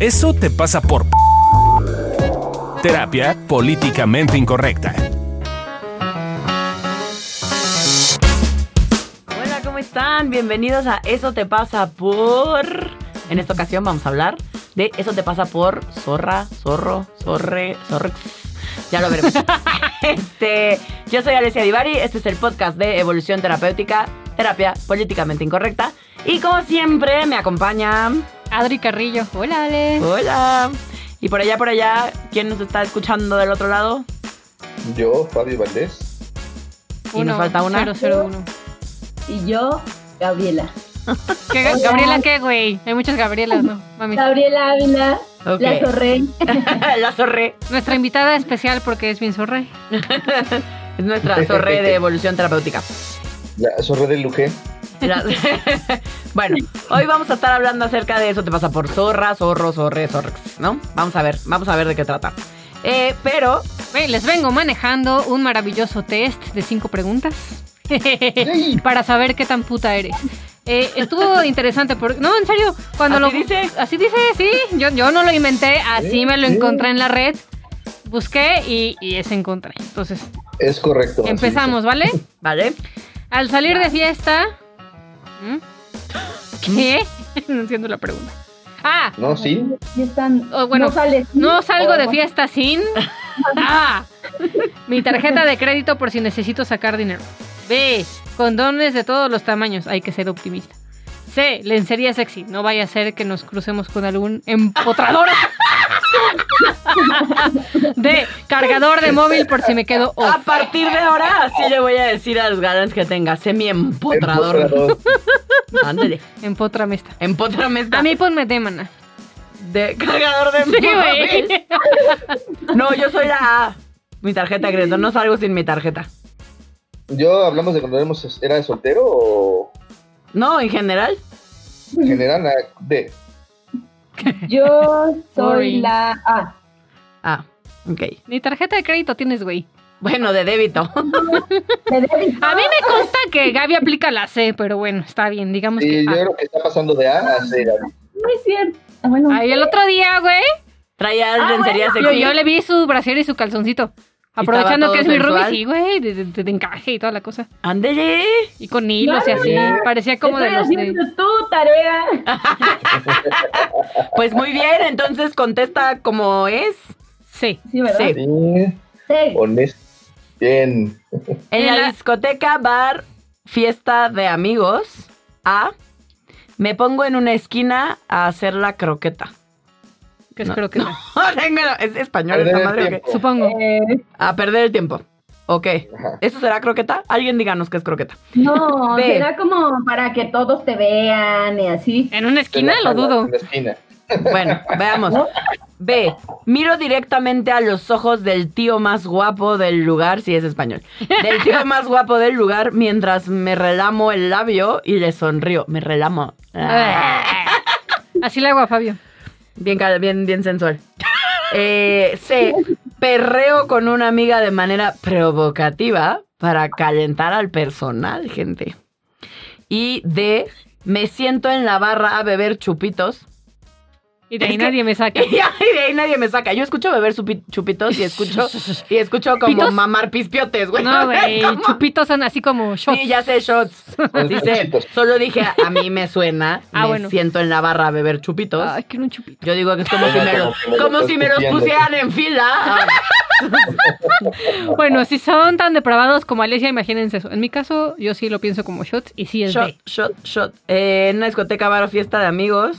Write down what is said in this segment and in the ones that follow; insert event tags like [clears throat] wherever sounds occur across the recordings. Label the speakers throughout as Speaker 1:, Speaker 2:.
Speaker 1: Eso te pasa por... p- Terapia políticamente incorrecta.
Speaker 2: Hola, ¿cómo están? Bienvenidos a Eso te pasa por... En esta ocasión vamos a hablar de Eso te pasa por zorra, zorro, zorre, zorrex. Ya lo veremos. este, yo soy Alessia Divari, este es el podcast de Evolución Terapéutica, Terapia Políticamente Incorrecta. Y como siempre, me acompaña...
Speaker 3: Adri Carrillo, hola Ale.
Speaker 2: Hola. Y por allá, por allá, ¿quién nos está escuchando del otro lado?
Speaker 4: Yo, Fabio Valdés.
Speaker 2: y nos falta una.
Speaker 3: 001.
Speaker 5: Y yo, Gabriela.
Speaker 3: ¿Qué, Ga-
Speaker 5: Hola.
Speaker 3: Gabriela, ¿qué, güey? Hay muchas Gabrielas, ¿no? Mami.
Speaker 5: Gabriela Ávila,
Speaker 2: Ok.
Speaker 5: la Sorrey.
Speaker 2: [laughs] La zorre.
Speaker 3: Nuestra invitada especial porque es bien zorra.
Speaker 2: Es nuestra zorre de Evolución Terapéutica.
Speaker 4: La zorra del Luque.
Speaker 2: Mira, [laughs] bueno, hoy vamos a estar hablando acerca de eso. Te pasa por zorra, zorro, zorre, zorrex, ¿no? Vamos a ver, vamos a ver de qué trata. Eh, pero,
Speaker 3: Güey, les vengo manejando un maravilloso test de cinco preguntas para saber qué tan puta eres. Eh,
Speaker 2: [laughs]
Speaker 3: estuvo interesante porque... No, en serio, cuando
Speaker 2: ¿Así
Speaker 3: lo...
Speaker 2: dice?
Speaker 3: Así dice, sí. Yo, yo no lo inventé, así
Speaker 4: Sí,
Speaker 3: me lo
Speaker 4: sí.
Speaker 3: encontré en la red. Busqué y, y ese encontré. Entonces,
Speaker 4: Es correcto.
Speaker 2: [laughs]
Speaker 3: empezamos, ¿vale?
Speaker 2: ¿vale?
Speaker 3: Al salir de fiesta. ¿Mm? ¿Qué? [laughs] No entiendo la pregunta. Ah,
Speaker 4: así dice. No, sí.
Speaker 5: Y están,
Speaker 3: Oh, bueno,
Speaker 5: no sales.
Speaker 3: no salgo
Speaker 5: Oh,
Speaker 3: de
Speaker 5: bueno.
Speaker 3: fiesta sin. Ah, mi tarjeta de crédito por si necesito sacar dinero. B, condones de todos los tamaños. Hay que ser optimista. C, lencería sexy. No vaya a ser que nos crucemos con algún empotrador. [laughs] D, cargador de móvil por si me quedo off.
Speaker 2: A partir de ahora, sí le voy a decir a los galanes que tenga semi-empotrador.
Speaker 4: Empotrador.
Speaker 2: Ándale,
Speaker 3: Empótrame esta.
Speaker 2: empótrame esta.
Speaker 3: A mí ponme de mana.
Speaker 2: De cargador de
Speaker 3: Sí, güey.
Speaker 2: móvil. No, yo soy la A. Mi tarjeta de crédito, no salgo sin mi tarjeta.
Speaker 4: Yo hablamos de cuando éramos, era de soltero o
Speaker 2: No, en general.
Speaker 4: general Ah, la D.
Speaker 5: Yo
Speaker 3: Sorry.
Speaker 5: soy la A.
Speaker 2: Ah, ok.
Speaker 3: Ni tarjeta de crédito tienes, güey.
Speaker 2: Bueno, de débito. [laughs]
Speaker 5: Me Ah, debí-
Speaker 3: A mí me consta que Gaby aplica la C, pero bueno, está bien, digamos
Speaker 4: Y
Speaker 3: que. ah.
Speaker 4: yo
Speaker 3: A.
Speaker 4: creo que está pasando de A a C. Gaby.
Speaker 5: No es cierto. Ah, Bueno,
Speaker 3: Ay, el otro día, güey,
Speaker 2: Traía
Speaker 5: Ah,
Speaker 2: lencería
Speaker 3: yo,
Speaker 2: sexy.
Speaker 3: yo le vi su brasier y su calzoncito. Aprovechando
Speaker 2: todo
Speaker 3: que es mi
Speaker 2: sensual?
Speaker 3: Ruby, sí, güey, de, de- de- de encaje y toda la cosa.
Speaker 2: Ándele.
Speaker 3: Y con hilos
Speaker 5: Claro,
Speaker 3: y así.
Speaker 4: ya.
Speaker 3: Parecía como de Ah,
Speaker 5: estoy
Speaker 3: los de.
Speaker 5: haciendo tu tarea.
Speaker 2: Pues muy bien, entonces contesta como es.
Speaker 3: Sí.
Speaker 5: Sí, ¿verdad?
Speaker 2: Sí.
Speaker 4: Sí.
Speaker 5: Sí.
Speaker 4: Honesto. Bien.
Speaker 2: En
Speaker 3: En
Speaker 2: la
Speaker 3: la-
Speaker 2: discoteca, bar, fiesta de amigos. A. Me pongo en una esquina a hacer la croqueta. [laughs]
Speaker 3: Que
Speaker 2: No,
Speaker 3: espero que no.
Speaker 2: Ah, venga, es español
Speaker 4: Perder
Speaker 2: esta
Speaker 4: el
Speaker 2: madre. ¿o qué?
Speaker 4: tiempo.
Speaker 3: Supongo.
Speaker 5: Eh,
Speaker 2: A perder el tiempo. Ok.
Speaker 4: Ajá.
Speaker 2: ¿Eso será croqueta? Alguien díganos qué es croqueta.
Speaker 5: no,
Speaker 2: Ve.
Speaker 5: será como para que todos te vean y así.
Speaker 3: En una esquina
Speaker 4: En la-
Speaker 3: lo dudo.
Speaker 4: En
Speaker 3: [laughs]
Speaker 4: la esquina.
Speaker 2: Bueno, veamos. B. Miro directamente a los ojos del tío más guapo del lugar, si es español. Del tío más guapo del lugar mientras me relamo el labio y le sonrío. Me relamo. Ah.
Speaker 3: Así le hago a Fabio.
Speaker 2: Bien, cal- bien, bien sensual. Eh, C. Perreo con una amiga de manera provocativa para calentar al personal, gente. Y D. Me siento en la barra a beber chupitos.
Speaker 3: Y de
Speaker 2: Es
Speaker 3: ahí
Speaker 2: que-
Speaker 3: nadie me saca.
Speaker 2: [laughs] Y de ahí nadie me saca. Yo escucho beber supi- chupitos y escucho, y escucho como
Speaker 3: ¿Pitos?
Speaker 2: mamar pispiotes, güey. [laughs]
Speaker 3: No, güey.
Speaker 2: ¿Cómo?
Speaker 3: Chupitos son así como shots.
Speaker 2: Sí, ya sé, shots.
Speaker 4: Los
Speaker 2: Dice,
Speaker 4: chupitos.
Speaker 2: solo dije, a mí me suena,
Speaker 3: [laughs] Ah,
Speaker 2: me
Speaker 3: bueno.
Speaker 2: siento en la barra a beber chupitos.
Speaker 3: Ay, quiero un chupito.
Speaker 2: Yo digo que es como si me los, como si me los pusieran en [laughs] fila.
Speaker 3: Bueno, si son tan depravados como Alicia, imagínense eso. En mi caso, yo sí lo pienso como shots y sí es
Speaker 2: Shot,
Speaker 3: D.
Speaker 2: shot, shot. Eh, en una discoteca, bar o fiesta de amigos.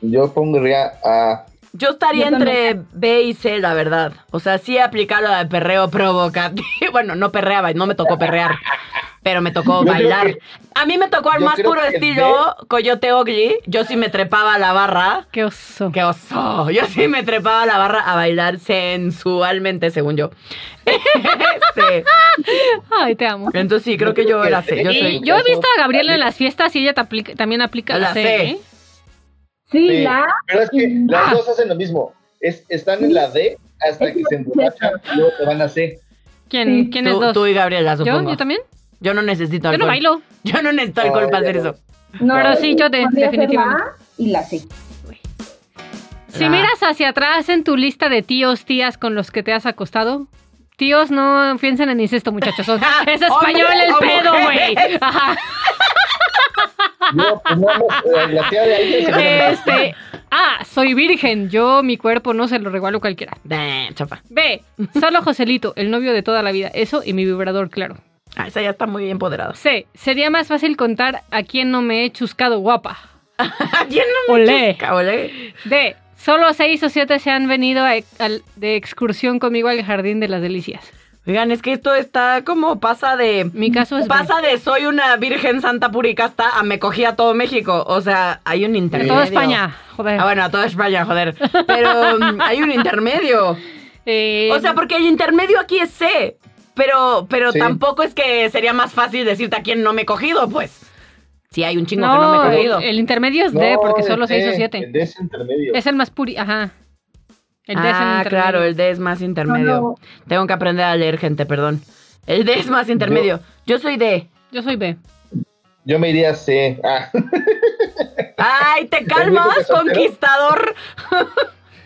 Speaker 4: Yo pondría A.
Speaker 2: Yo estaría
Speaker 5: Yo
Speaker 2: entre B y C, la verdad. O sea, sí aplicar lo de perreo provocativo. [laughs] Bueno, no perreaba, no me tocó perrear. Pero me tocó
Speaker 4: Yo creo
Speaker 2: bailar.
Speaker 4: que-
Speaker 2: A mí me tocó al
Speaker 4: yo
Speaker 2: más
Speaker 4: creo
Speaker 2: puro
Speaker 4: que
Speaker 2: estilo Coyote Ogly. Yo sí me trepaba a la barra.
Speaker 3: Qué oso.
Speaker 2: ¡Qué oso! [laughs] Yo sí me trepaba a la barra a bailar sensualmente, según yo. [laughs] Este,
Speaker 3: Ay, te amo.
Speaker 2: entonces sí, creo que yo era C. Yo
Speaker 3: Y
Speaker 2: soy
Speaker 3: yo he visto a Gabriela en las fiestas y ella te aplica- también aplica
Speaker 2: La
Speaker 3: la
Speaker 2: C.
Speaker 3: C, ¿eh?
Speaker 5: Sí,
Speaker 4: Sí.
Speaker 5: la
Speaker 4: Pero es que
Speaker 3: Ah.
Speaker 4: las dos hacen lo mismo. Es, están en la D hasta que se emborrachan y luego te van a C.
Speaker 3: ¿Quién,
Speaker 5: Sí.
Speaker 3: quién es
Speaker 2: Tú,
Speaker 3: dos?
Speaker 2: tú y Gabriela,
Speaker 3: ¿Yo?
Speaker 2: supongo.
Speaker 3: ¿Yo también?
Speaker 2: Yo no necesito
Speaker 3: Yo
Speaker 2: alcohol.
Speaker 3: no bailo.
Speaker 2: [laughs] Yo no necesito alcohol
Speaker 4: No,
Speaker 2: para hacer
Speaker 4: yo
Speaker 2: eso.
Speaker 5: No,
Speaker 3: Pero sí, yo de-
Speaker 5: podría ser la
Speaker 3: definitivamente.
Speaker 5: A y la C.
Speaker 3: Si
Speaker 2: La-
Speaker 3: miras hacia atrás en tu lista de tíos, tías con los que te has acostado, tíos no piensen en incesto, muchachos. Son-
Speaker 2: [laughs]
Speaker 3: Es español
Speaker 2: Hombres
Speaker 3: el
Speaker 2: o
Speaker 3: pedo, güey.
Speaker 2: mujeres.
Speaker 3: Ajá.
Speaker 2: [laughs]
Speaker 4: No, pues nada más, eh, la tía de alguien se llama-
Speaker 3: Este, ah, soy virgen. Yo mi cuerpo no se lo regalo a cualquiera.
Speaker 2: Nah, chapa.
Speaker 3: B, solo Joselito, el novio de toda la vida. Eso y mi vibrador, claro.
Speaker 2: Ah, esa ya está muy empoderada.
Speaker 3: C, sería más fácil contar a quién no me he chuscado, guapa.
Speaker 2: [laughs] ¿Quién no me
Speaker 3: Olé.
Speaker 2: chusca, olé?
Speaker 3: D, solo seis o siete se han venido a- al- de excursión conmigo al Jardín de las Delicias.
Speaker 2: Oigan, es que esto está como pasa de...
Speaker 3: Mi caso es...
Speaker 2: Pasa de soy una virgen santa puricasta a me cogí a todo México. O sea, hay un
Speaker 3: A
Speaker 2: intermedio.
Speaker 3: toda España, joder.
Speaker 2: Ah, bueno, a toda España, joder. Pero mm, hay un intermedio.
Speaker 3: [laughs] Eh,
Speaker 2: O sea, porque el intermedio aquí es C. Pero, pero
Speaker 4: Sí.
Speaker 2: tampoco es que sería más fácil decirte a quién no me he cogido, pues. Si hay un chingo
Speaker 3: no,
Speaker 2: que no me he cogido.
Speaker 3: el, el intermedio es
Speaker 4: No,
Speaker 3: D, porque solo
Speaker 4: el D,
Speaker 3: seis o
Speaker 4: El
Speaker 3: siete.
Speaker 4: D es intermedio.
Speaker 3: Es el más puri, ajá. El D es el
Speaker 2: ah,
Speaker 3: intermedio.
Speaker 2: claro, el D es más intermedio.
Speaker 5: No,
Speaker 2: Tengo que aprender a leer, gente, perdón. El D es más intermedio. Yo soy D.
Speaker 3: Yo soy B.
Speaker 4: Yo me iría C. Ah,
Speaker 2: ¡Ay, te
Speaker 4: ¿También
Speaker 2: calmas,
Speaker 4: tú soltero?
Speaker 2: conquistador!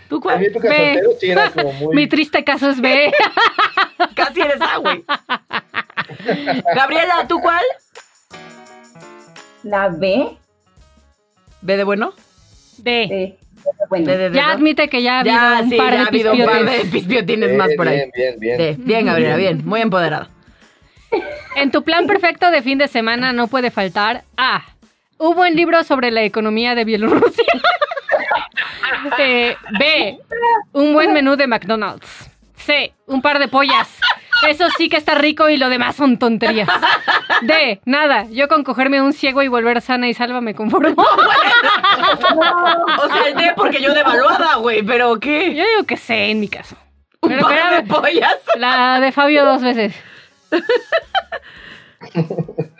Speaker 2: ¿Tú
Speaker 4: a mí
Speaker 2: cuál?
Speaker 4: tu caso
Speaker 3: B.
Speaker 4: soltero sí era como muy...
Speaker 3: Mi triste caso es B.
Speaker 2: [laughs]
Speaker 3: [laughs]
Speaker 2: Casi eres A, güey. Gabriela, ¿tú cuál?
Speaker 5: La B.
Speaker 2: ¿B de bueno?
Speaker 3: D.
Speaker 5: eh, bueno,
Speaker 2: D de dedo.
Speaker 3: Ya admite que ya ha habido
Speaker 2: Ya,
Speaker 3: un
Speaker 2: sí,
Speaker 3: par
Speaker 2: ya
Speaker 3: de
Speaker 2: ha habido un par de
Speaker 3: pispiotes.
Speaker 2: pispiotines
Speaker 4: Eh,
Speaker 2: más por ahí.
Speaker 4: Bien, bien, bien.
Speaker 2: Sí, Bien, Gabriela, bien. Muy empoderada.
Speaker 3: En tu plan perfecto de fin de semana no puede faltar A. Un buen libro sobre la economía de Bielorrusia. [laughs] Eh, B. Un buen menú de McDonald's. C. Un par de pollas. Eso sí que está rico y lo demás son tonterías. D. Nada. Yo con cogerme a un ciego y volver sana y salva me conformo. [laughs]
Speaker 2: O sea, el D porque yo devaluada, güey, pero ¿qué?
Speaker 3: Yo digo que C en mi caso.
Speaker 2: Un
Speaker 3: Pero
Speaker 2: par de
Speaker 3: espérame.
Speaker 2: pollas.
Speaker 3: La de Fabio dos veces.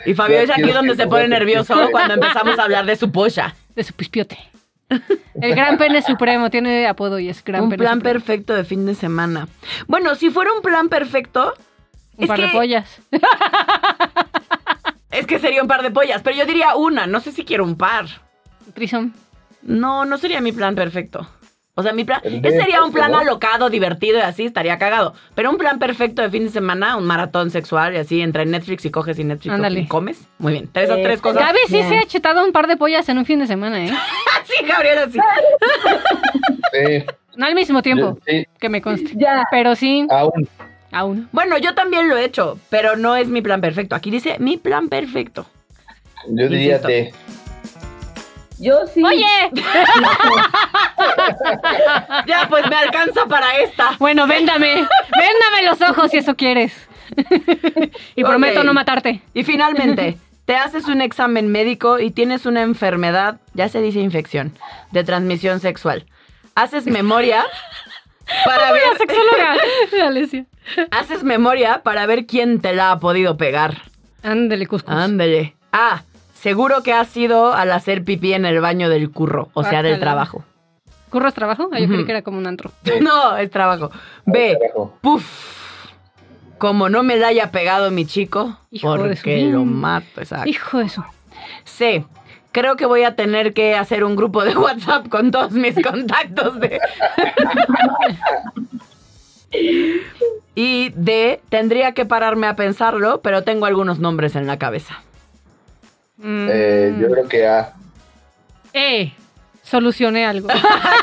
Speaker 2: Y Fabio es aquí
Speaker 4: Quiero
Speaker 2: donde
Speaker 4: que
Speaker 2: se
Speaker 4: te
Speaker 2: pone
Speaker 4: vote.
Speaker 2: nervioso cuando empezamos a hablar de su polla.
Speaker 3: De su pispiote. El gran pene supremo. Tiene apodo y es gran
Speaker 2: un
Speaker 3: pene
Speaker 2: plan
Speaker 3: supremo.
Speaker 2: perfecto de fin de semana. Bueno, si fuera un plan perfecto,
Speaker 3: Un
Speaker 2: Es
Speaker 3: par de
Speaker 2: que-
Speaker 3: pollas.
Speaker 2: es que sería un par de pollas, pero yo diría una, no sé si quiero un par.
Speaker 3: Trison.
Speaker 2: No, no sería mi plan perfecto. O sea, mi plan.
Speaker 4: El
Speaker 2: Ese
Speaker 4: de-
Speaker 2: sería un plan
Speaker 4: ¿no?
Speaker 2: alocado, divertido y así, estaría cagado. Pero un plan perfecto de fin de semana, un maratón sexual y así, entre Netflix y coges y Netflix
Speaker 3: Ándale.
Speaker 2: y comes. Muy bien. Esas
Speaker 5: Eh,
Speaker 2: tres cosas.
Speaker 4: [laughs]
Speaker 2: Ah,
Speaker 3: Gaby sí
Speaker 5: Bien.
Speaker 3: se ha chetado un par de pollas en un fin de semana, ¿eh?
Speaker 2: sí, Gabriela, sí.
Speaker 4: Sí,
Speaker 3: No al mismo tiempo,
Speaker 4: sí,
Speaker 3: que me conste.
Speaker 5: Ya.
Speaker 3: Pero sí,
Speaker 4: aún.
Speaker 3: aún.
Speaker 2: Bueno, yo también lo he hecho, pero no es mi plan perfecto. Aquí dice mi plan perfecto.
Speaker 4: Yo diría
Speaker 2: Insisto.
Speaker 4: D.
Speaker 5: Yo sí.
Speaker 3: Oye,
Speaker 2: Ya, pues me alcanza para esta.
Speaker 3: bueno, véndame. Véndame los ojos si eso quieres. y prometo
Speaker 2: Ok.
Speaker 3: no matarte.
Speaker 2: Y
Speaker 3: [laughs]
Speaker 2: finalmente, te haces un examen médico y tienes una enfermedad, ya se dice infección, de transmisión sexual. Haces
Speaker 3: [laughs]
Speaker 2: memoria para
Speaker 3: Voy
Speaker 2: ver.
Speaker 3: a sexóloga. Alesia.
Speaker 2: Haces memoria para ver quién te la ha podido pegar.
Speaker 3: Ándale, cuscus.
Speaker 2: Ándele. Ah, seguro que has ido al hacer pipí en el baño del curro, o sea, del
Speaker 3: Guácala.
Speaker 2: trabajo.
Speaker 3: ¿Curros trabajo? Ah, yo creí
Speaker 2: Ujú.
Speaker 3: que era como un antro.
Speaker 2: [laughs] No, es trabajo. B.
Speaker 4: Carajo.
Speaker 2: Puf. Como no me la haya pegado mi chico,
Speaker 3: Hijo de su
Speaker 2: porque
Speaker 3: bien.
Speaker 2: lo mato, exacto.
Speaker 3: Hijo de eso.
Speaker 2: C. Creo que voy a tener que hacer un grupo de [laughs] WhatsApp con todos mis contactos de. [laughs] y D. Tendría que pararme a pensarlo, pero tengo algunos nombres en la [laughs] cabeza.
Speaker 4: Eh, yo creo que A.
Speaker 3: Mm. Eh, solucioné algo.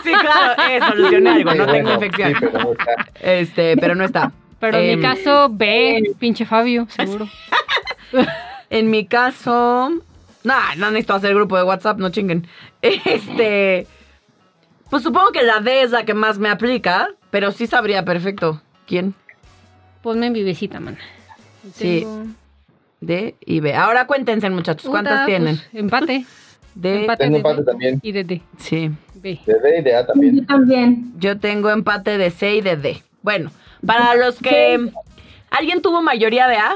Speaker 2: sí, claro, eh, solucioné algo, no
Speaker 4: Sí,
Speaker 2: tengo
Speaker 4: bueno,
Speaker 2: infección.
Speaker 4: sí, pero no está.
Speaker 2: Este, pero no está.
Speaker 3: Pero en
Speaker 2: Em,
Speaker 3: mi caso, B, pinche Fabio, seguro.
Speaker 2: En mi caso. Nah, no necesito hacer grupo de WhatsApp, no chinguen. Este. Pues supongo que la D es la que más me aplica, pero sí sabría perfecto quién.
Speaker 3: Ponme en vivecita, mana.
Speaker 2: Sí.
Speaker 3: Tengo-
Speaker 2: D y B. Ahora cuéntense, muchachos, ¿cuántas
Speaker 3: Puta,
Speaker 2: tienen?
Speaker 3: pues, empate.
Speaker 2: D.
Speaker 3: empate
Speaker 4: Tengo
Speaker 3: de D
Speaker 4: empate también.
Speaker 3: y de D.
Speaker 2: Sí.
Speaker 3: B.
Speaker 4: De D y de A
Speaker 5: Yo
Speaker 4: también.
Speaker 5: también.
Speaker 2: Yo tengo empate de C y de D. Bueno, para los que. ¿Alguien tuvo mayoría de A?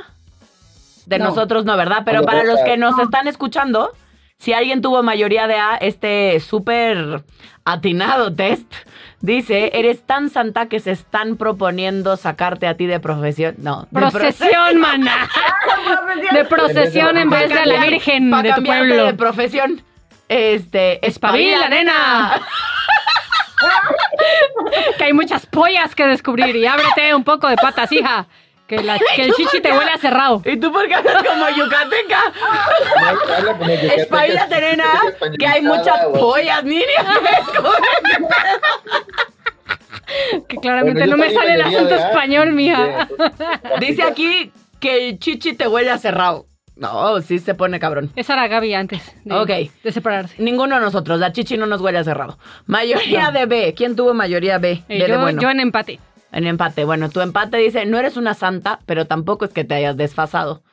Speaker 2: De
Speaker 3: No.
Speaker 2: nosotros no, ¿verdad? Pero
Speaker 4: No,
Speaker 2: para
Speaker 4: no,
Speaker 2: los que
Speaker 4: no.
Speaker 2: nos están escuchando, si alguien tuvo mayoría de A, este súper atinado test dice: Eres tan santa que se están proponiendo sacarte a ti de profesión. No, de
Speaker 3: Procesión, mana. De
Speaker 5: Ah,
Speaker 3: procesión en vez de la
Speaker 2: cambiar-
Speaker 3: Virgen
Speaker 2: [laughs] pa'
Speaker 3: de tu
Speaker 2: cambiarte
Speaker 3: pueblo.
Speaker 2: de profesión. Este, [laughs]
Speaker 3: Espabila,
Speaker 2: nena.
Speaker 3: que hay muchas pollas que descubrir y ábrete un poco de patas, hija. Que, la- que el chichi te huele a cerrado.
Speaker 2: ¿Y tú por qué hablas como yucateca?
Speaker 4: Habla como [laughs] yucateca.
Speaker 2: Espabilate, nena,
Speaker 4: [laughs] Españolizada,
Speaker 2: que hay muchas
Speaker 4: güey.
Speaker 2: pollas,
Speaker 4: [laughs]
Speaker 2: niña.
Speaker 3: Que claramente
Speaker 4: Bueno, yo
Speaker 3: no me
Speaker 4: también
Speaker 3: sale el
Speaker 4: debería
Speaker 3: asunto
Speaker 4: de dar,
Speaker 3: español, mija.
Speaker 4: este,
Speaker 2: [laughs] Dice aquí que el chichi te huele a cerrado. No, sí se pone cabrón.
Speaker 3: Esa era Gaby antes de,
Speaker 2: Ok.
Speaker 3: de separarse.
Speaker 2: Ninguno de nosotros, la chichi no nos huele a cerrado. Mayoría de B. ¿Quién tuvo mayoría B?
Speaker 3: Eh,
Speaker 2: B de
Speaker 3: yo,
Speaker 2: bueno.
Speaker 3: yo en empate.
Speaker 2: En empate. Bueno, tu empate dice, no eres una santa, pero tampoco es que te hayas desfasado.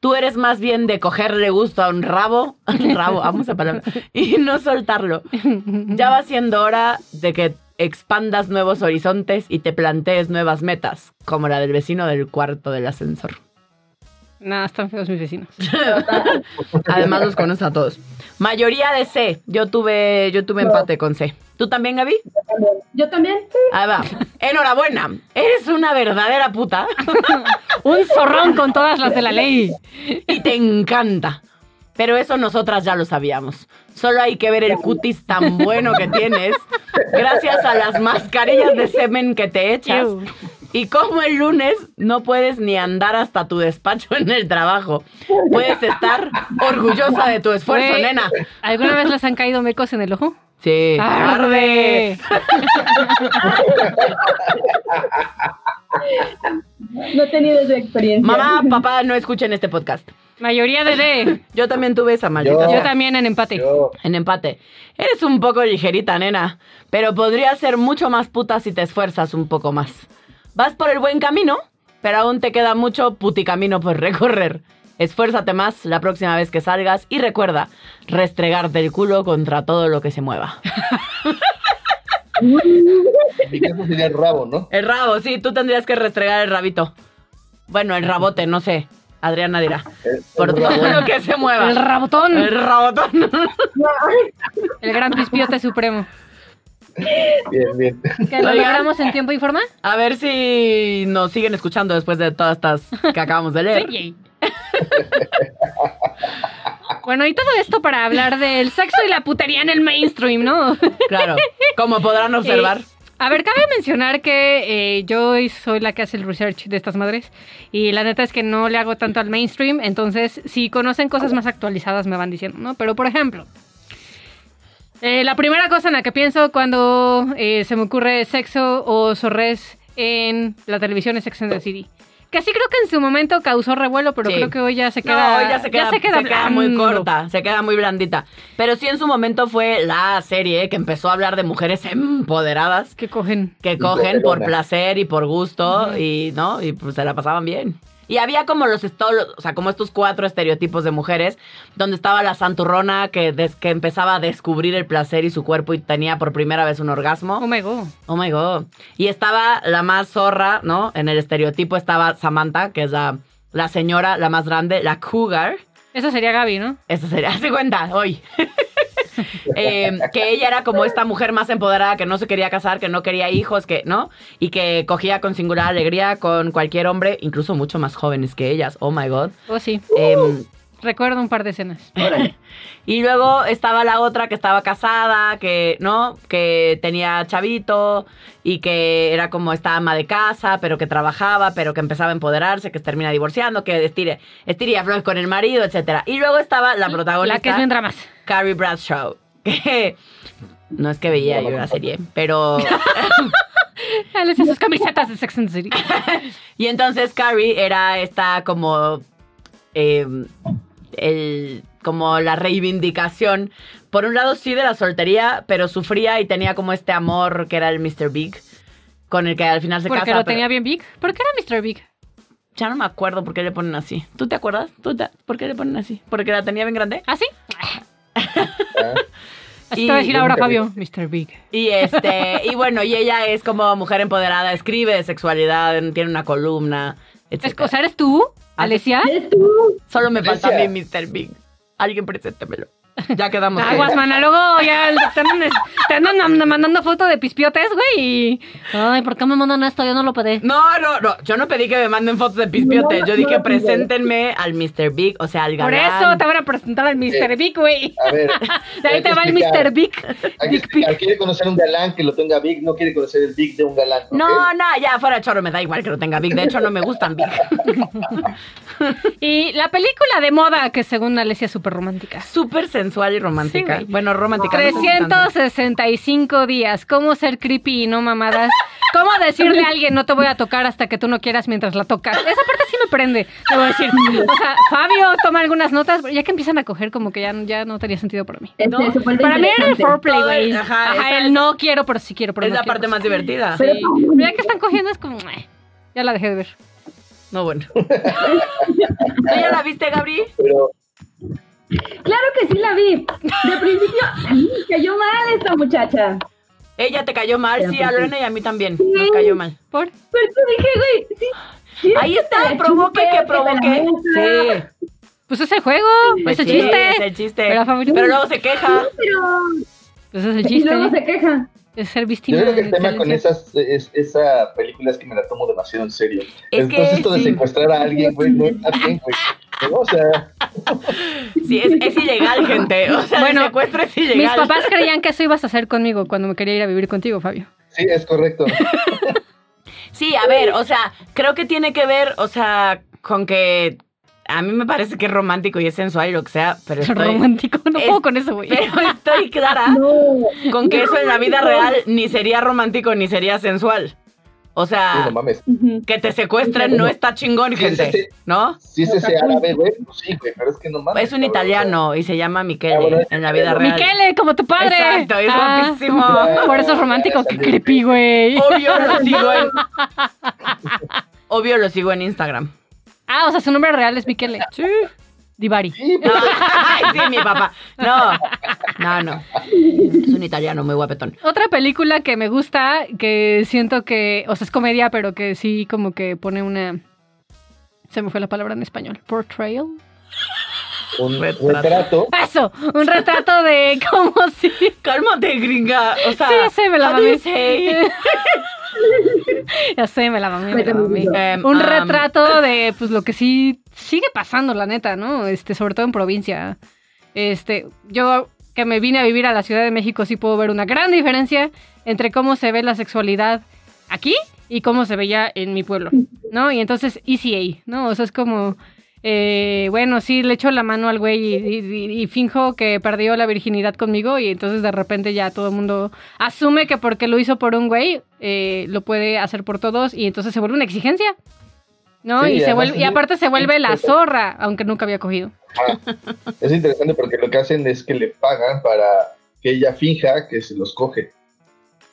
Speaker 2: Tú eres más bien de cogerle gusto a un rabo, [laughs] rabo, amo esa palabra, y no soltarlo. [laughs] Ya va siendo hora de que expandas nuevos horizontes y te plantees nuevas metas, como la del vecino del cuarto del ascensor.
Speaker 3: [laughs] Nada, están feos mis vecinos.
Speaker 5: pues
Speaker 2: Además los conoces a todos. Mayoría de C. Yo tuve, yo tuve empate con C. ¿Tú también, Gaby?
Speaker 5: Yo también.
Speaker 2: Ahí va. Enhorabuena. Eres una verdadera puta
Speaker 3: Un zorrón con todas las de la ley.
Speaker 2: y te encanta. Pero eso nosotras ya lo sabíamos. Solo hay que ver el cutis tan bueno que tienes gracias a las mascarillas de semen que te echas.
Speaker 3: Ew.
Speaker 2: Y como el lunes no puedes ni andar hasta tu despacho en el trabajo. Puedes estar orgullosa de tu esfuerzo,
Speaker 3: Güey,
Speaker 2: nena.
Speaker 3: ¿Alguna vez les han caído mecos en el ojo?
Speaker 2: Sí.
Speaker 3: ¡Arde!
Speaker 5: No he tenido esa experiencia. [laughs]
Speaker 2: Mamá, papá, no escuchen este podcast.
Speaker 3: Mayoría de D.
Speaker 2: Yo también tuve esa maldita.
Speaker 4: Yo-
Speaker 2: sea.
Speaker 3: Yo también en empate.
Speaker 4: Yo,
Speaker 2: En empate. Eres un poco ligerita, nena, pero podría ser mucho más puta si te esfuerzas un poco más. Vas por el buen camino, pero aún te queda mucho puticamino por recorrer. Esfuérzate más la próxima vez que salgas y recuerda restregarte el culo contra todo lo que se mueva.
Speaker 4: en mi caso sería el rabo, ¿no?
Speaker 2: El rabo, sí, tú tendrías que restregar el rabito. Bueno, el rabote, no sé. Adriana dirá.
Speaker 4: El- el
Speaker 2: Por todo
Speaker 4: rabo.
Speaker 2: lo que se mueva.
Speaker 3: El rabotón.
Speaker 2: El rabotón.
Speaker 3: El gran pispiote supremo.
Speaker 4: Bien, bien.
Speaker 3: Que lo
Speaker 2: Oigan.
Speaker 3: logramos en tiempo y forma.
Speaker 2: A ver si nos siguen escuchando después de todas estas que acabamos de leer.
Speaker 3: [laughs] Sí. Bueno, y todo esto para hablar del sexo y la putería en el mainstream, ¿no?
Speaker 2: Claro, como podrán observar.
Speaker 3: Eh, a ver, cabe mencionar que eh, yo soy la que hace el research de estas madres y la neta es que no le hago tanto al mainstream, entonces si conocen cosas más actualizadas me van diciendo, ¿no? Pero por ejemplo, eh, la primera cosa en la que pienso cuando eh, se me ocurre sexo o zorrés en la televisión es Sex and the City. Que sí creo que en su momento causó revuelo, pero
Speaker 2: Sí.
Speaker 3: creo que hoy ya se
Speaker 2: No,
Speaker 3: queda...
Speaker 2: ya se queda, se queda muy
Speaker 3: blando.
Speaker 2: corta, se queda muy blandita. Pero sí en su momento fue la serie que empezó a hablar de mujeres empoderadas
Speaker 3: Que cogen.
Speaker 2: que cogen por
Speaker 4: Empoderona.
Speaker 2: placer y por gusto
Speaker 3: Ujú.
Speaker 2: y no, y pues se la pasaban bien. Y había como los esto- o sea, como estos cuatro estereotipos de mujeres, donde estaba la santurrona que, des- que empezaba a descubrir el placer y su cuerpo y tenía por primera vez un orgasmo.
Speaker 3: Oh my god.
Speaker 2: Oh my god. Y estaba la más zorra, ¿no? En el estereotipo estaba Samantha, que es la, la señora, la más grande, la cougar.
Speaker 3: Esa sería Gaby, ¿no?
Speaker 2: Eso sería, [laughs] hace cuenta, hoy. Eh, que ella era como esta mujer más empoderada que no se quería casar, que no quería hijos, que, ¿no? Y que cogía con singular alegría con cualquier hombre, incluso mucho más jóvenes que ellas. Oh my god.
Speaker 3: Oh sí.
Speaker 2: Em,
Speaker 3: Recuerdo un par de escenas.
Speaker 2: Y luego estaba la otra que estaba casada, que, ¿no? Que tenía chavito y que era como esta ama de casa, pero que trabajaba, pero que empezaba a empoderarse, que se termina divorciando, que estire, estire y afloje con el marido, etcétera. Y luego estaba la protagonista,
Speaker 3: La que es bien dramas.
Speaker 2: Carrie Bradshaw, [laughs] que no es que veía yo la serie, pero...
Speaker 3: Ah, Le hacía sus camisetas de Sex and [laughs] the City.
Speaker 2: Y entonces Carrie era esta como. eh, el, como la reivindicación. Por un lado, sí, de la soltería, pero sufría y tenía como este amor que era el Mr. Big, con el que al final se
Speaker 3: Porque
Speaker 2: casa.
Speaker 3: lo
Speaker 2: pero-
Speaker 3: tenía bien big. ¿Por qué era Mr. Big?
Speaker 2: Ya no me acuerdo por qué le ponen así. ¿Tú te acuerdas? ¿Tú te- ¿Por qué le ponen así? ¿Porque la tenía bien grande?
Speaker 3: ¿Ah, sí?
Speaker 4: Ah,
Speaker 3: Así te voy a decir
Speaker 4: Y-
Speaker 3: ahora, Fabio. Mr. Big.
Speaker 2: Y este, y bueno, y ella es como mujer empoderada, escribe de sexualidad, tiene una columna,
Speaker 3: Es,
Speaker 2: etc.
Speaker 3: o sea, Ah, ¿eres tú, Alesia?
Speaker 5: ¿Eres tú?
Speaker 2: Solo me falta a mí
Speaker 4: Alicia.
Speaker 2: Mr. Big. Alguien preséntemelo. Ya quedamos. que-
Speaker 3: Aguas, mana, luego ya [laughs] te andan, te andan mandando foto de pispiotes, güey, y... Ay, ¿por qué me mandan esto? Yo no lo pedí.
Speaker 2: No, no, no. Yo no pedí que me manden fotos de pispiote.
Speaker 5: No,
Speaker 2: Yo
Speaker 5: no,
Speaker 2: dije,
Speaker 5: no,
Speaker 2: preséntenme al Mr. Big, o sea, al
Speaker 3: Por
Speaker 2: galán.
Speaker 3: eso te van a presentar al Mr. Big, güey.
Speaker 4: A ver.
Speaker 3: De ahí
Speaker 4: hay que
Speaker 3: te va el
Speaker 4: explicar.
Speaker 3: Mr. Big.
Speaker 4: Hay que
Speaker 3: Dick pic.
Speaker 4: explicar, quiere conocer un galán que lo tenga Big, no quiere conocer el Big de un galán. ¿ok?
Speaker 2: No, no, ya fuera choro, me da igual que lo tenga Big. De hecho, no me gustan Big.
Speaker 3: Y la película de moda, que según Alesia es súper romántica.
Speaker 2: [laughs] Súper sensual y romántica.
Speaker 3: Sí, güey.
Speaker 2: bueno, romántica. no sé si tanto.
Speaker 3: 365 días. ¿Cómo ser creepy y no mamadas? ¿Cómo decirle a alguien no te voy a tocar hasta que tú no quieras mientras la tocas? Esa parte sí me prende, debo decir. O sea, Fabio toma algunas notas, pero ya que empiezan a coger como que ya, ya no tenía sentido para mí.
Speaker 5: Este,
Speaker 2: No,
Speaker 5: se vuelve
Speaker 3: Para mí era el
Speaker 5: interesante.
Speaker 3: foreplay, güey.
Speaker 2: Ajá,
Speaker 3: Ajá,
Speaker 2: esa
Speaker 3: el
Speaker 2: es-
Speaker 3: no quiero, pero sí quiero. Pero
Speaker 2: Es
Speaker 3: no
Speaker 2: la
Speaker 3: quiero,
Speaker 2: parte más
Speaker 3: pero sí
Speaker 2: divertida.
Speaker 5: Pero-
Speaker 3: quiero. Sí. Pero ya que están cogiendo es como... "Mueh". Ya la dejé de ver.
Speaker 2: No, [laughs] bueno. ¿Tú ya la viste, Gabri?
Speaker 4: Pero
Speaker 5: Claro que sí la vi. De principio, ay, cayó mal esta muchacha.
Speaker 2: Ella te cayó mal,
Speaker 5: Pero
Speaker 2: sí,
Speaker 5: ¿por
Speaker 2: a
Speaker 5: qué?
Speaker 2: Lorena y a mí también. Nos cayó mal.
Speaker 3: ¿Por?
Speaker 5: Pero yo dije, güey, sí. ¿quieres
Speaker 2: Ahí
Speaker 5: que
Speaker 2: está,
Speaker 5: te la
Speaker 2: provoque
Speaker 5: chupe,
Speaker 2: que
Speaker 5: te la
Speaker 2: provoque.
Speaker 5: meta?
Speaker 3: Pues es el juego,
Speaker 2: Pues
Speaker 3: es el
Speaker 2: sí,
Speaker 3: chiste.
Speaker 2: Es el chiste.
Speaker 3: Pero,
Speaker 2: Pero,
Speaker 3: favorito.
Speaker 2: luego se queja.
Speaker 5: Pero.
Speaker 3: Pues es el
Speaker 5: Y
Speaker 3: chiste.
Speaker 5: luego se queja.
Speaker 3: Es ser
Speaker 4: yo
Speaker 3: víctima.
Speaker 4: creo que el
Speaker 3: de
Speaker 4: tema con
Speaker 3: violencia.
Speaker 4: esas es, esa películas que me la tomo demasiado en serio.
Speaker 2: Es que
Speaker 4: Entonces, esto de
Speaker 2: sí.
Speaker 4: secuestrar a alguien,
Speaker 2: [laughs]
Speaker 4: güey, no está bien, güey. ¿No? O sea,
Speaker 2: Sí, es, es ilegal, gente. O sea,
Speaker 3: Bueno,
Speaker 2: el secuestro es ilegal.
Speaker 3: Mis papás creían que eso ibas a hacer conmigo cuando me quería ir a vivir contigo, Fabio.
Speaker 4: sí, es correcto.
Speaker 2: Sí, a ver, o sea, creo que tiene que ver, o sea, con que a mí me parece que es romántico y es sensual y lo que sea,
Speaker 3: [laughs]
Speaker 2: pero estoy,
Speaker 3: Romántico, no
Speaker 2: es-
Speaker 3: puedo con eso, güey.
Speaker 2: pero estoy
Speaker 3: ¿Ah?
Speaker 2: clara
Speaker 5: No.
Speaker 2: con que eso en la vida real ni sería romántico ni sería sensual. O
Speaker 4: Sí,
Speaker 2: sea,
Speaker 4: no mames.
Speaker 5: Ujú.
Speaker 2: que te secuestren no está chingón,
Speaker 4: Sí, sí, sí.
Speaker 2: gente, ¿no?
Speaker 4: Si es ese árabe, güey, pues sí, güey, pero es que no mames.
Speaker 2: Es un
Speaker 4: cabrón, o
Speaker 2: italiano y se llama
Speaker 4: Ah, bueno,
Speaker 2: Michele
Speaker 4: es
Speaker 2: en la vida real.
Speaker 3: Miquele, como tu padre.
Speaker 2: Exacto, es
Speaker 3: Ah,
Speaker 2: guapísimo.
Speaker 4: guapísimo.
Speaker 3: Por eso es romántico, qué creepy, güey.
Speaker 2: Obvio [laughs] lo sigo en... Obvio lo sigo en Instagram.
Speaker 3: Ah, o sea, su nombre real es Miquele. Sí. Divari.
Speaker 4: sea, sí,
Speaker 2: No, ay, sí, mi papá. No, no, no. Es un italiano muy guapetón.
Speaker 3: Otra película que me gusta, que siento que, o sea, es comedia, pero que sí como que pone una... Se me fue la palabra en español. Portrayal.
Speaker 4: un
Speaker 2: Retrato.
Speaker 4: retrato.
Speaker 3: Eso, un retrato de [laughs] cómo si...
Speaker 2: Cálmate, gringa. O sea,
Speaker 3: Sí, ya sé, me la
Speaker 2: how do you
Speaker 3: mamé.
Speaker 2: say?
Speaker 3: [laughs] ya sé, me la mamé, me la
Speaker 5: Cuéntame,
Speaker 3: mamé.
Speaker 5: Lilo.
Speaker 2: Um,
Speaker 3: Un
Speaker 2: um,
Speaker 3: retrato de, pues, lo que sí sigue pasando, la neta, ¿no? Este, sobre todo en provincia. Este, yo que me vine a vivir a la Ciudad de México sí puedo ver una gran diferencia entre cómo se ve la sexualidad aquí y cómo se veía en mi pueblo, ¿no? Y entonces, ECA, ¿no? O sea, es como... eh, bueno, sí, le echo la mano al güey y, y- y finjo que perdió la virginidad conmigo y entonces de repente ya todo el mundo asume que porque lo hizo por un güey, eh, lo puede hacer por todos y entonces se vuelve una exigencia. ¿No?
Speaker 4: Sí,
Speaker 3: y,
Speaker 4: y
Speaker 3: se
Speaker 4: además
Speaker 3: vuelve,
Speaker 4: es
Speaker 3: y
Speaker 4: muy-
Speaker 3: aparte se vuelve la zorra, aunque nunca había cogido.
Speaker 4: Es interesante porque lo que hacen es que le pagan para que ella finja que se los coge.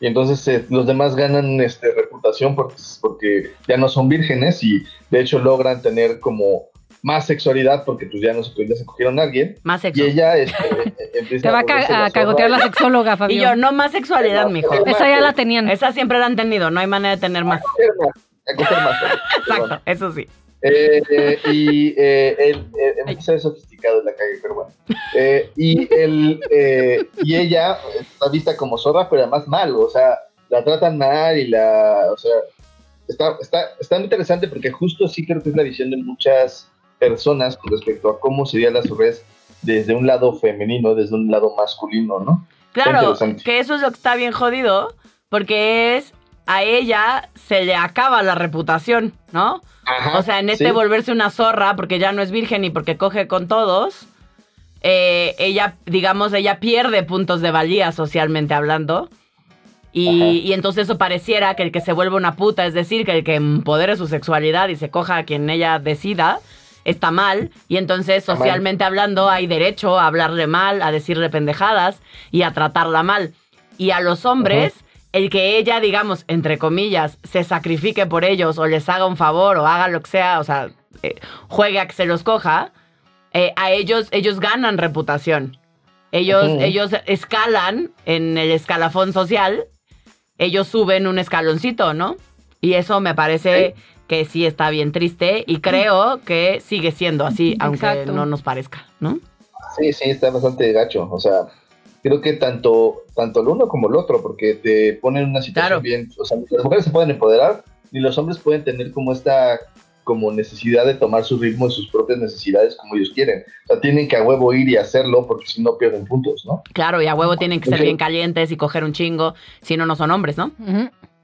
Speaker 4: Y entonces eh, los demás ganan este, reputación porque, porque ya no son vírgenes y de hecho logran tener como más sexualidad porque pues ya no se, ya se cogieron a alguien.
Speaker 2: Más sexo.
Speaker 4: Y ella este, [laughs] eh, empieza
Speaker 3: Te va a, ca-
Speaker 4: volverse
Speaker 3: a
Speaker 4: la zorra.
Speaker 3: cagotear la sexóloga,
Speaker 2: Y
Speaker 3: Fabio.
Speaker 2: yo, no más sexualidad, mijo.
Speaker 3: Esa ya la tenían.
Speaker 2: Esa siempre la han tenido, no hay manera de tener más.
Speaker 4: A coger más, a
Speaker 3: [laughs]
Speaker 4: coger más. Perdón.
Speaker 2: Exacto, eso sí.
Speaker 4: Eh, eh, y eh, él eh, empieza a ser sofisticado en la calle, pero bueno. Eh, y él eh, y ella está vista como zorra, pero además mal, o sea, la tratan mal y la, o sea, está, está, está muy interesante porque justo sí creo que es la visión de muchas personas con respecto a cómo sería la zorrez desde un lado femenino, desde un lado masculino, ¿no?
Speaker 2: Claro,
Speaker 4: interesante.
Speaker 2: que eso es lo que está bien jodido, porque es a ella se le acaba la reputación, ¿no?
Speaker 4: Ajá,
Speaker 2: O sea, en este
Speaker 4: sí.
Speaker 2: volverse una zorra, porque ya no es virgen y porque coge con todos, eh, ella, digamos, ella pierde puntos de valía socialmente hablando. Y,
Speaker 4: Ajá.
Speaker 2: y entonces eso pareciera que el que se vuelve una puta, es decir, que el que empodere su sexualidad y se coja a quien ella decida, está mal. Y entonces,
Speaker 4: Está mal.
Speaker 2: socialmente hablando, hay derecho a hablarle mal, a decirle pendejadas y a tratarla mal. Y a los hombres, el que ella, digamos, entre comillas, se sacrifique por ellos o les haga un favor o haga lo que sea, o sea, eh, juegue a que se los coja, eh, a ellos, ellos ganan reputación. Ellos,
Speaker 4: Ujú.
Speaker 2: ellos escalan en el escalafón social, ellos suben un escaloncito, ¿no? Y eso me parece que sí está bien triste y creo que sigue siendo así, aunque
Speaker 3: Exacto.
Speaker 2: no nos parezca, ¿no?
Speaker 4: Sí, Sí, sí, está bastante gacho. O sea, creo que tanto, tanto el uno como el otro, porque te ponen en una situación
Speaker 2: Claro.
Speaker 4: bien. O sea, ni las mujeres se pueden empoderar, ni los hombres pueden tener como esta como necesidad de tomar su ritmo y sus propias necesidades como ellos quieren. O sea, tienen que a huevo ir y hacerlo porque si no pierden puntos, ¿no?
Speaker 2: Claro, y a huevo tienen que ser
Speaker 4: Sí.
Speaker 2: bien calientes y coger un chingo, si no, no son hombres,
Speaker 4: [laughs]
Speaker 2: ¿no?
Speaker 3: Ujú.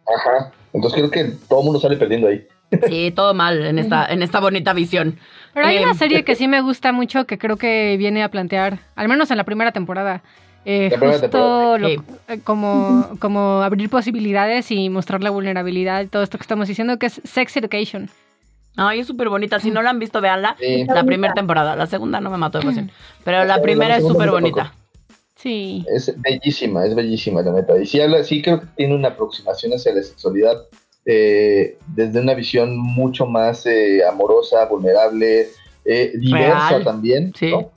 Speaker 4: Ajá. Entonces creo que todo el mundo sale perdiendo ahí.
Speaker 2: Sí, todo mal en esta, en esta bonita visión.
Speaker 3: Pero hay
Speaker 2: Em,
Speaker 3: una serie que sí me gusta mucho que creo que viene a plantear, al menos en la primera temporada, eh,
Speaker 4: La primera
Speaker 3: justo
Speaker 4: temporada,
Speaker 3: lo-
Speaker 2: sí.
Speaker 3: eh, como, como abrir posibilidades y mostrar la vulnerabilidad y todo esto que estamos diciendo, que es Sex Education.
Speaker 2: Ay, es súper bonita. Si no la han visto, véanla.
Speaker 4: Sí.
Speaker 2: La primera temporada, la segunda no me mató de pasión. Pero la
Speaker 4: La
Speaker 2: primera es
Speaker 4: segunda
Speaker 2: súper
Speaker 4: me tocó.
Speaker 2: bonita.
Speaker 3: Sí.
Speaker 4: Es bellísima, es bellísima la neta. Y sí, habla, sí creo que tiene una aproximación hacia la sexualidad eh, desde una visión mucho más eh, amorosa, vulnerable, eh, diversa
Speaker 2: Real.
Speaker 4: también.
Speaker 2: Sí.
Speaker 4: ¿no?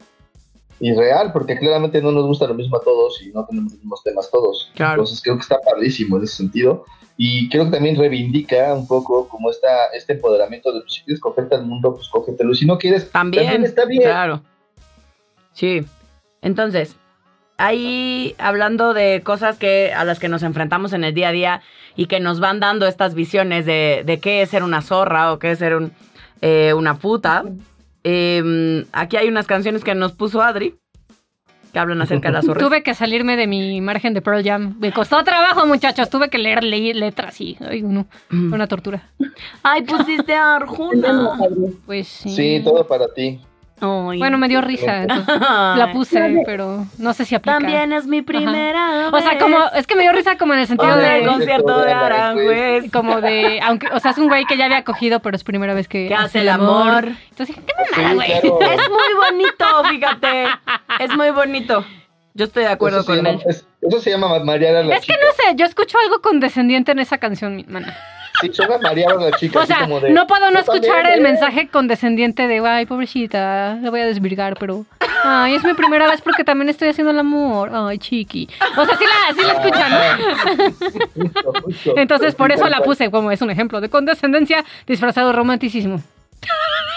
Speaker 4: Y real, porque claramente no nos gusta lo mismo a todos y no tenemos los mismos temas todos.
Speaker 2: Claro.
Speaker 4: Entonces creo que está padrísimo en ese sentido. Y creo que también reivindica un poco como está este empoderamiento de pues, si quieres cogerte al mundo, pues cógetelo. Y Si no quieres,
Speaker 2: También,
Speaker 4: está bien.
Speaker 2: Claro. Sí. Entonces, ahí hablando de cosas que a las que nos enfrentamos en el día a día y que nos van dando estas visiones de, de qué es ser una zorra o qué es ser un, eh, una puta. eh, aquí hay unas canciones que nos puso Adri que hablan acerca de las zorras. [clears throat]
Speaker 3: Tuve que salirme de mi margen de Pearl Jam. Me costó trabajo, muchachos. Tuve que leer, leer letras y... Ay, no, fue una tortura.
Speaker 2: Ay, pusiste a Arjuna.
Speaker 5: Tenemos,
Speaker 3: Pues sí.
Speaker 4: Sí, todo para ti.
Speaker 2: Ay.
Speaker 3: Bueno, me dio risa. entonces,
Speaker 2: [laughs]
Speaker 3: la puse, pero no sé si aplica.
Speaker 2: También es mi primera.
Speaker 3: O sea,
Speaker 2: vez.
Speaker 3: como... Es que me dio risa como en el sentido
Speaker 2: Hombre,
Speaker 3: de...
Speaker 2: el concierto de
Speaker 4: pues.
Speaker 2: Aranjuez.
Speaker 3: como de, aunque, o sea, es un güey que ya había cogido, pero es primera vez que
Speaker 2: Que hace el amor.
Speaker 3: Entonces, ¿qué
Speaker 4: Sí,
Speaker 3: mamada, güey?
Speaker 4: claro.
Speaker 2: Es muy bonito, fíjate. Es muy bonito. Yo estoy de acuerdo
Speaker 4: eso se
Speaker 2: con
Speaker 4: llama-
Speaker 2: él.
Speaker 4: es- eso se llama marear a la
Speaker 3: Es que
Speaker 4: chica.
Speaker 3: no sé, yo escucho algo condescendiente en esa canción, mi hermana.
Speaker 4: Sí, suena marear a la chica.
Speaker 3: O
Speaker 4: así
Speaker 3: sea,
Speaker 4: como de,
Speaker 3: no puedo no
Speaker 4: "Yo también,
Speaker 3: escuchar
Speaker 4: ¿eh?".
Speaker 3: el mensaje condescendiente de, ay, pobrecita, la voy a desvirgar, pero, ay, es mi primera vez porque también estoy haciendo el amor, ay, chiqui. O sea, sí la, sí la escuchan, ¿no?
Speaker 4: Justo, justo.
Speaker 3: Entonces, por eso la
Speaker 4: Tal cual.
Speaker 3: puse como es un ejemplo de condescendencia disfrazado de romanticismo.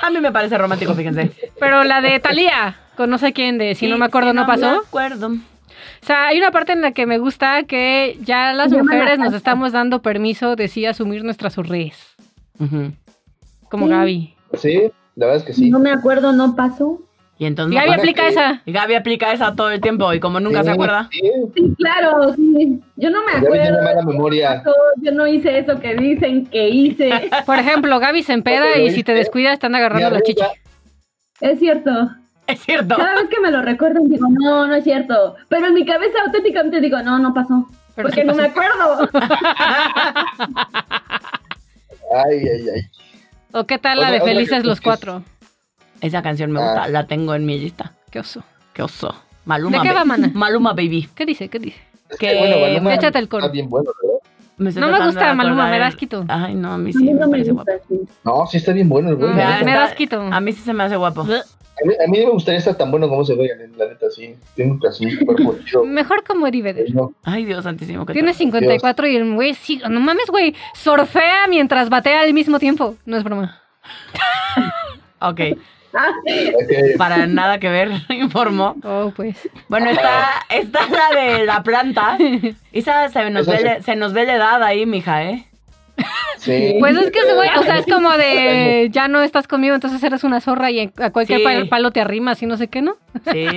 Speaker 2: A mí me parece romántico, fíjense.
Speaker 3: Pero la de Thalía, con no sé quién de, si no me acuerdo, no
Speaker 2: No me
Speaker 3: pasó.
Speaker 2: acuerdo.
Speaker 3: O sea, hay una parte en la que me gusta que ya las
Speaker 5: Ya me
Speaker 3: mujeres nos
Speaker 5: mataste.
Speaker 3: estamos dando permiso de sí asumir nuestras urres,
Speaker 2: Ujú.
Speaker 3: como
Speaker 5: Sí.
Speaker 3: Gaby.
Speaker 4: Sí, la verdad es que sí.
Speaker 5: No me acuerdo, no pasó.
Speaker 2: Y entonces. pues,
Speaker 3: Gaby
Speaker 4: Ahora
Speaker 3: aplica
Speaker 4: que-
Speaker 3: esa.
Speaker 2: Y Gaby aplica esa todo el tiempo y como nunca
Speaker 4: Sí,
Speaker 2: se acuerda. [laughs]
Speaker 4: Sí,
Speaker 5: Sí, claro, sí. Yo no me
Speaker 4: ya me tiene
Speaker 5: acuerdo.
Speaker 4: mala
Speaker 5: no
Speaker 4: memoria.
Speaker 5: pasó, Yo no hice eso que dicen que
Speaker 3: [laughs]
Speaker 5: hice.
Speaker 3: Por ejemplo, Gaby se empeda
Speaker 4: Pero
Speaker 3: y si te
Speaker 4: ¿viste?
Speaker 3: descuidas te anda
Speaker 4: Mi
Speaker 3: agarrando la
Speaker 4: arruga-
Speaker 3: chicha.
Speaker 5: Es cierto.
Speaker 2: Es cierto.
Speaker 3: Ah.
Speaker 5: [laughs] Cada vez que me lo recuerdan digo, no, no es cierto. Pero en mi cabeza auténticamente digo, no, no pasó.
Speaker 3: Pero
Speaker 5: porque
Speaker 3: sí
Speaker 5: no
Speaker 3: pasó.
Speaker 5: me acuerdo.
Speaker 4: Ay, ay, ay.
Speaker 3: ¿O qué tal la
Speaker 4: Otra-
Speaker 3: de
Speaker 4: otra que
Speaker 3: Felices los
Speaker 4: escuches.
Speaker 3: Cuatro?
Speaker 2: Esa canción me
Speaker 4: Ah.
Speaker 2: gusta. La tengo en mi lista.
Speaker 3: Qué oso.
Speaker 2: Qué oso. Maluma.
Speaker 3: ¿De qué
Speaker 2: ba-
Speaker 3: va, mana?
Speaker 2: Maluma Baby.
Speaker 3: ¿Qué dice? ¿Qué dice?
Speaker 4: Es
Speaker 2: Que-
Speaker 4: Maluma
Speaker 3: échate el coro.
Speaker 4: Está bien bueno, ¿verdad?
Speaker 2: estoy
Speaker 3: No me
Speaker 2: tratando de
Speaker 3: gusta Maluma,
Speaker 2: acordar
Speaker 3: me da
Speaker 2: el-
Speaker 3: asquito.
Speaker 2: Ay, no, a mí
Speaker 5: A
Speaker 2: sí
Speaker 5: mí
Speaker 2: me
Speaker 5: no me
Speaker 2: parece guapo.
Speaker 5: gusta así.
Speaker 4: No, sí está bien bueno el güey.
Speaker 3: No,
Speaker 4: la
Speaker 3: me-
Speaker 4: neta.
Speaker 3: me da asquito.
Speaker 2: A mí sí se me hace guapo.
Speaker 4: A, mí, a mí me gustaría estar tan bueno como se ve, la neta, sí. Tiene un así,
Speaker 3: [laughs]
Speaker 4: un cuerpo chido.
Speaker 3: Mejor como Eddie Vedder.
Speaker 4: No,
Speaker 2: Ay, Dios santísimo. qué
Speaker 3: Tiene 54 y el güey sí, no mames, güey, sorfea mientras batea al mismo tiempo. No es broma.
Speaker 2: tal. Ok.
Speaker 5: Ah,
Speaker 4: es que-
Speaker 2: Para nada que ver, [laughs] informó.
Speaker 3: Oh, pues.
Speaker 2: Bueno, está, está la de la planta. Esa se nos,
Speaker 4: Esa
Speaker 2: ve,
Speaker 4: sí.
Speaker 2: la- se nos ve la edad ahí, mija, ¿eh?
Speaker 4: sí.
Speaker 3: Pues es que ese güey, o sea, es como
Speaker 4: [laughs]
Speaker 3: de ya no estás conmigo, entonces eres una zorra y en- a cualquier
Speaker 2: Sí.
Speaker 3: pal- palo te arrimas y no sé qué, ¿no?
Speaker 4: [laughs]
Speaker 2: Sí.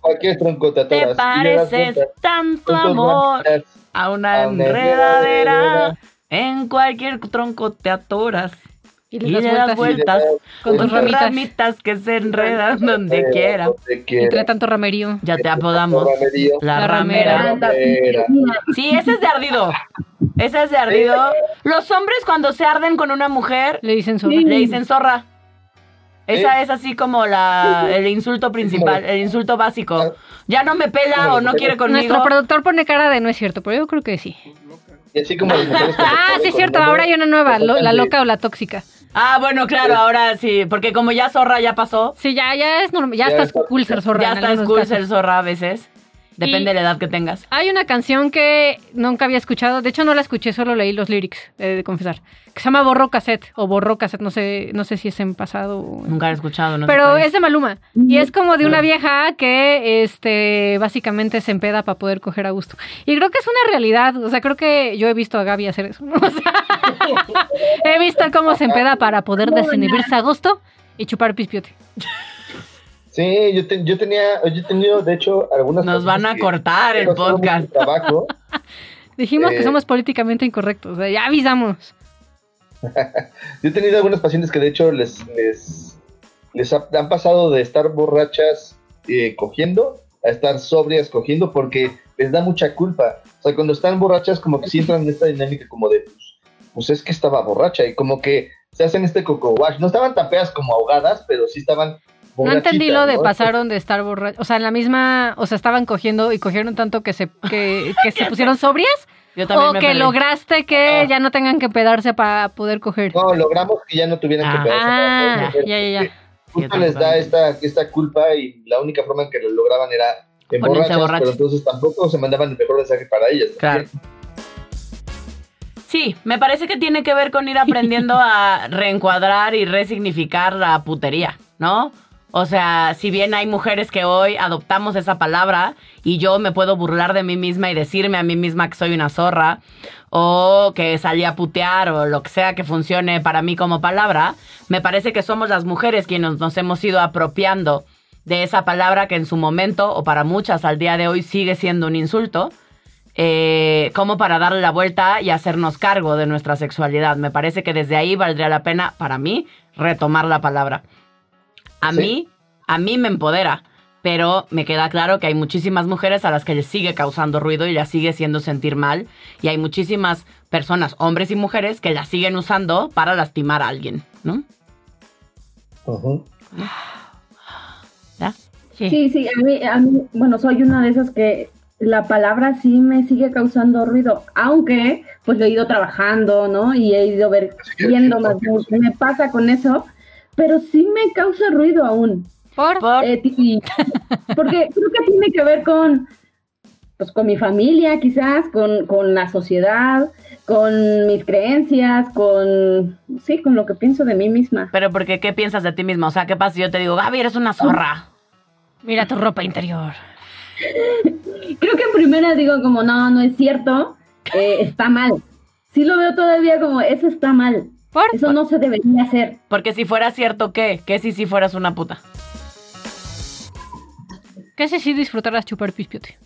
Speaker 4: Cualquier tronco te
Speaker 2: Te
Speaker 4: atoras. Y le das
Speaker 2: pareces
Speaker 4: vueltas,
Speaker 2: tanto
Speaker 4: tus
Speaker 2: amor
Speaker 4: manitas.
Speaker 2: a una
Speaker 4: a una enredadera.
Speaker 2: enredadera. En cualquier tronco te atoras
Speaker 3: Y
Speaker 2: y le das
Speaker 4: vueltas.
Speaker 2: vueltas con
Speaker 3: Con tus
Speaker 2: tus
Speaker 3: ramitas.
Speaker 2: ramitas que se
Speaker 4: [laughs]
Speaker 2: enredan donde
Speaker 4: Eh,
Speaker 2: quiera.
Speaker 4: donde
Speaker 3: Y
Speaker 4: quiera. Este,
Speaker 3: trae tanto ramerío.
Speaker 2: Ya te apodamos
Speaker 4: Ramerío.
Speaker 2: la
Speaker 3: La
Speaker 2: ramera.
Speaker 3: ramera.
Speaker 5: tanta
Speaker 4: Era.
Speaker 5: mía.
Speaker 2: Sí, ese es de ardido. Ese es de ardido.
Speaker 4: [laughs]
Speaker 2: Los hombres cuando se arden con una mujer
Speaker 3: Le dicen zorra.
Speaker 5: Sí.
Speaker 2: le dicen zorra. Esa
Speaker 4: Sí.
Speaker 2: es así como la, el insulto principal, el insulto básico. Ya no me pela o no quiere
Speaker 3: Nuestro
Speaker 2: conmigo.
Speaker 3: productor pone cara de no es cierto, pero yo creo que sí.
Speaker 4: Y así como las
Speaker 2: [laughs]
Speaker 4: mujeres cuando
Speaker 3: Ah,
Speaker 4: salen
Speaker 3: sí es
Speaker 4: con
Speaker 3: cierto,
Speaker 4: un
Speaker 3: ahora
Speaker 4: hombre,
Speaker 3: hay una nueva,
Speaker 4: se
Speaker 3: lo- la
Speaker 4: tratan de-
Speaker 3: loca o la tóxica.
Speaker 2: Ah, bueno, claro, ahora sí, porque como ya zorra ya pasó,
Speaker 3: Sí, ya, ya es normal, ya,
Speaker 4: Ya
Speaker 3: estás
Speaker 4: está-
Speaker 3: cool ser zorra.
Speaker 2: ya
Speaker 3: en
Speaker 2: está
Speaker 3: algunos
Speaker 2: cool
Speaker 3: casos.
Speaker 2: ser zorra a veces. Depende de la edad que tengas.
Speaker 3: Hay una canción que nunca había escuchado, de hecho no la escuché, solo leí los lyrics, he de confesar, que se llama Borró Cassette o Borró Cassette, no sé, no sé si es en pasado o en-
Speaker 2: Nunca la he escuchado, ¿no? sé
Speaker 3: Pero
Speaker 2: cuál
Speaker 3: es de Maluma. Y es como de una vieja que este básicamente se empeda para poder coger a gusto. Y creo que es una realidad. O sea, creo que yo he visto a Gaby hacer eso. [laughs] O sea, he visto cómo se empeda para poder desinhibirse a gusto y chupar pispiote.
Speaker 4: Sí, yo, te- yo tenía, yo he tenido, de hecho, algunas...
Speaker 2: Nos van
Speaker 4: personas
Speaker 2: a
Speaker 4: que-
Speaker 2: cortar el
Speaker 4: que son muy
Speaker 2: podcast. [laughs]
Speaker 4: Tabaco.
Speaker 3: Dijimos que
Speaker 4: Eh.
Speaker 3: somos políticamente incorrectos. o sea, ya avisamos.
Speaker 4: Yo he tenido algunos pacientes que de hecho les, les, les ha- han pasado de estar borrachas eh, cogiendo a estar sobrias cogiendo porque les da mucha culpa. O sea, cuando están borrachas como que sí entran en esta dinámica como de, pues, pues es que estaba borracha y como que se hacen este coco wash. No estaban tan feas como ahogadas, pero sí estaban...
Speaker 3: No
Speaker 4: borrachitas,
Speaker 3: entendí lo de
Speaker 4: ¿no?
Speaker 3: pasaron de estar borrachos. O sea, en la misma. O sea, estaban cogiendo y cogieron tanto que se, que, que se pusieron sobrias.
Speaker 2: Yo [laughs] también
Speaker 3: O
Speaker 2: me
Speaker 3: que
Speaker 2: perdí.
Speaker 3: lograste que
Speaker 4: Ah.
Speaker 3: ya no tengan que pedarse para poder coger.
Speaker 4: No, logramos que ya no tuvieran
Speaker 2: Ah.
Speaker 4: que pegarse para
Speaker 3: Ah,
Speaker 4: poder coger,
Speaker 3: ya, ya, ya.
Speaker 4: justo
Speaker 2: Yo
Speaker 4: les da
Speaker 2: tampoco.
Speaker 4: esta, esta culpa y la única forma en que lo lograban era en
Speaker 2: Ponerse
Speaker 4: borrachas,
Speaker 2: borrachas.
Speaker 4: pero entonces tampoco se mandaban el mejor mensaje para ellas.
Speaker 2: Claro. Sí, me parece que tiene que ver con ir aprendiendo a reencuadrar y resignificar la putería, ¿no? O sea, si bien hay mujeres que hoy adoptamos esa palabra y yo me puedo burlar de mí misma y decirme a mí misma que soy una zorra o que salí a putear o lo que sea que funcione para mí como palabra, me parece que somos las mujeres quienes nos hemos ido apropiando de esa palabra que en su momento o para muchas al día de hoy sigue siendo un insulto eh, como para darle la vuelta y hacernos cargo de nuestra sexualidad. Me parece que desde ahí valdría la pena, para mí, retomar la palabra. A
Speaker 4: Sí.
Speaker 2: mí, a mí me empodera, pero me queda claro que hay muchísimas mujeres a las que les sigue causando ruido y las sigue haciendo sentir mal, y hay muchísimas personas, hombres y mujeres, que las siguen usando para lastimar a alguien, ¿no?
Speaker 4: Ujú.
Speaker 2: ¿Ya?
Speaker 5: Sí, sí, a mí, a mí, bueno, soy una de esas que la palabra sí me sigue causando ruido, aunque pues lo he ido trabajando, ¿no? Y he ido ver,
Speaker 4: que-
Speaker 5: viendo más bien qué me pasa con eso, pero sí me causa ruido aún.
Speaker 3: Por
Speaker 2: Por-
Speaker 5: Eh, ti- [laughs] porque creo que tiene que ver con, pues, con mi familia, quizás, con, con la sociedad, con mis creencias, con, sí, con lo que pienso de mí misma.
Speaker 2: pero porque, ¿qué piensas de ti mismo? O sea, ¿qué pasa si yo te digo, Gaby, eres una zorra?
Speaker 3: Mira tu ropa interior.
Speaker 5: Creo que en primera digo como, no, no es cierto, eh, está mal. Sí lo veo todavía como, eso está mal,
Speaker 3: Por
Speaker 5: eso no se debería hacer.
Speaker 2: Porque si fuera cierto, ¿qué? ¿Qué si sí fueras una puta?
Speaker 3: que si sí disfrutarás chupar pispiote.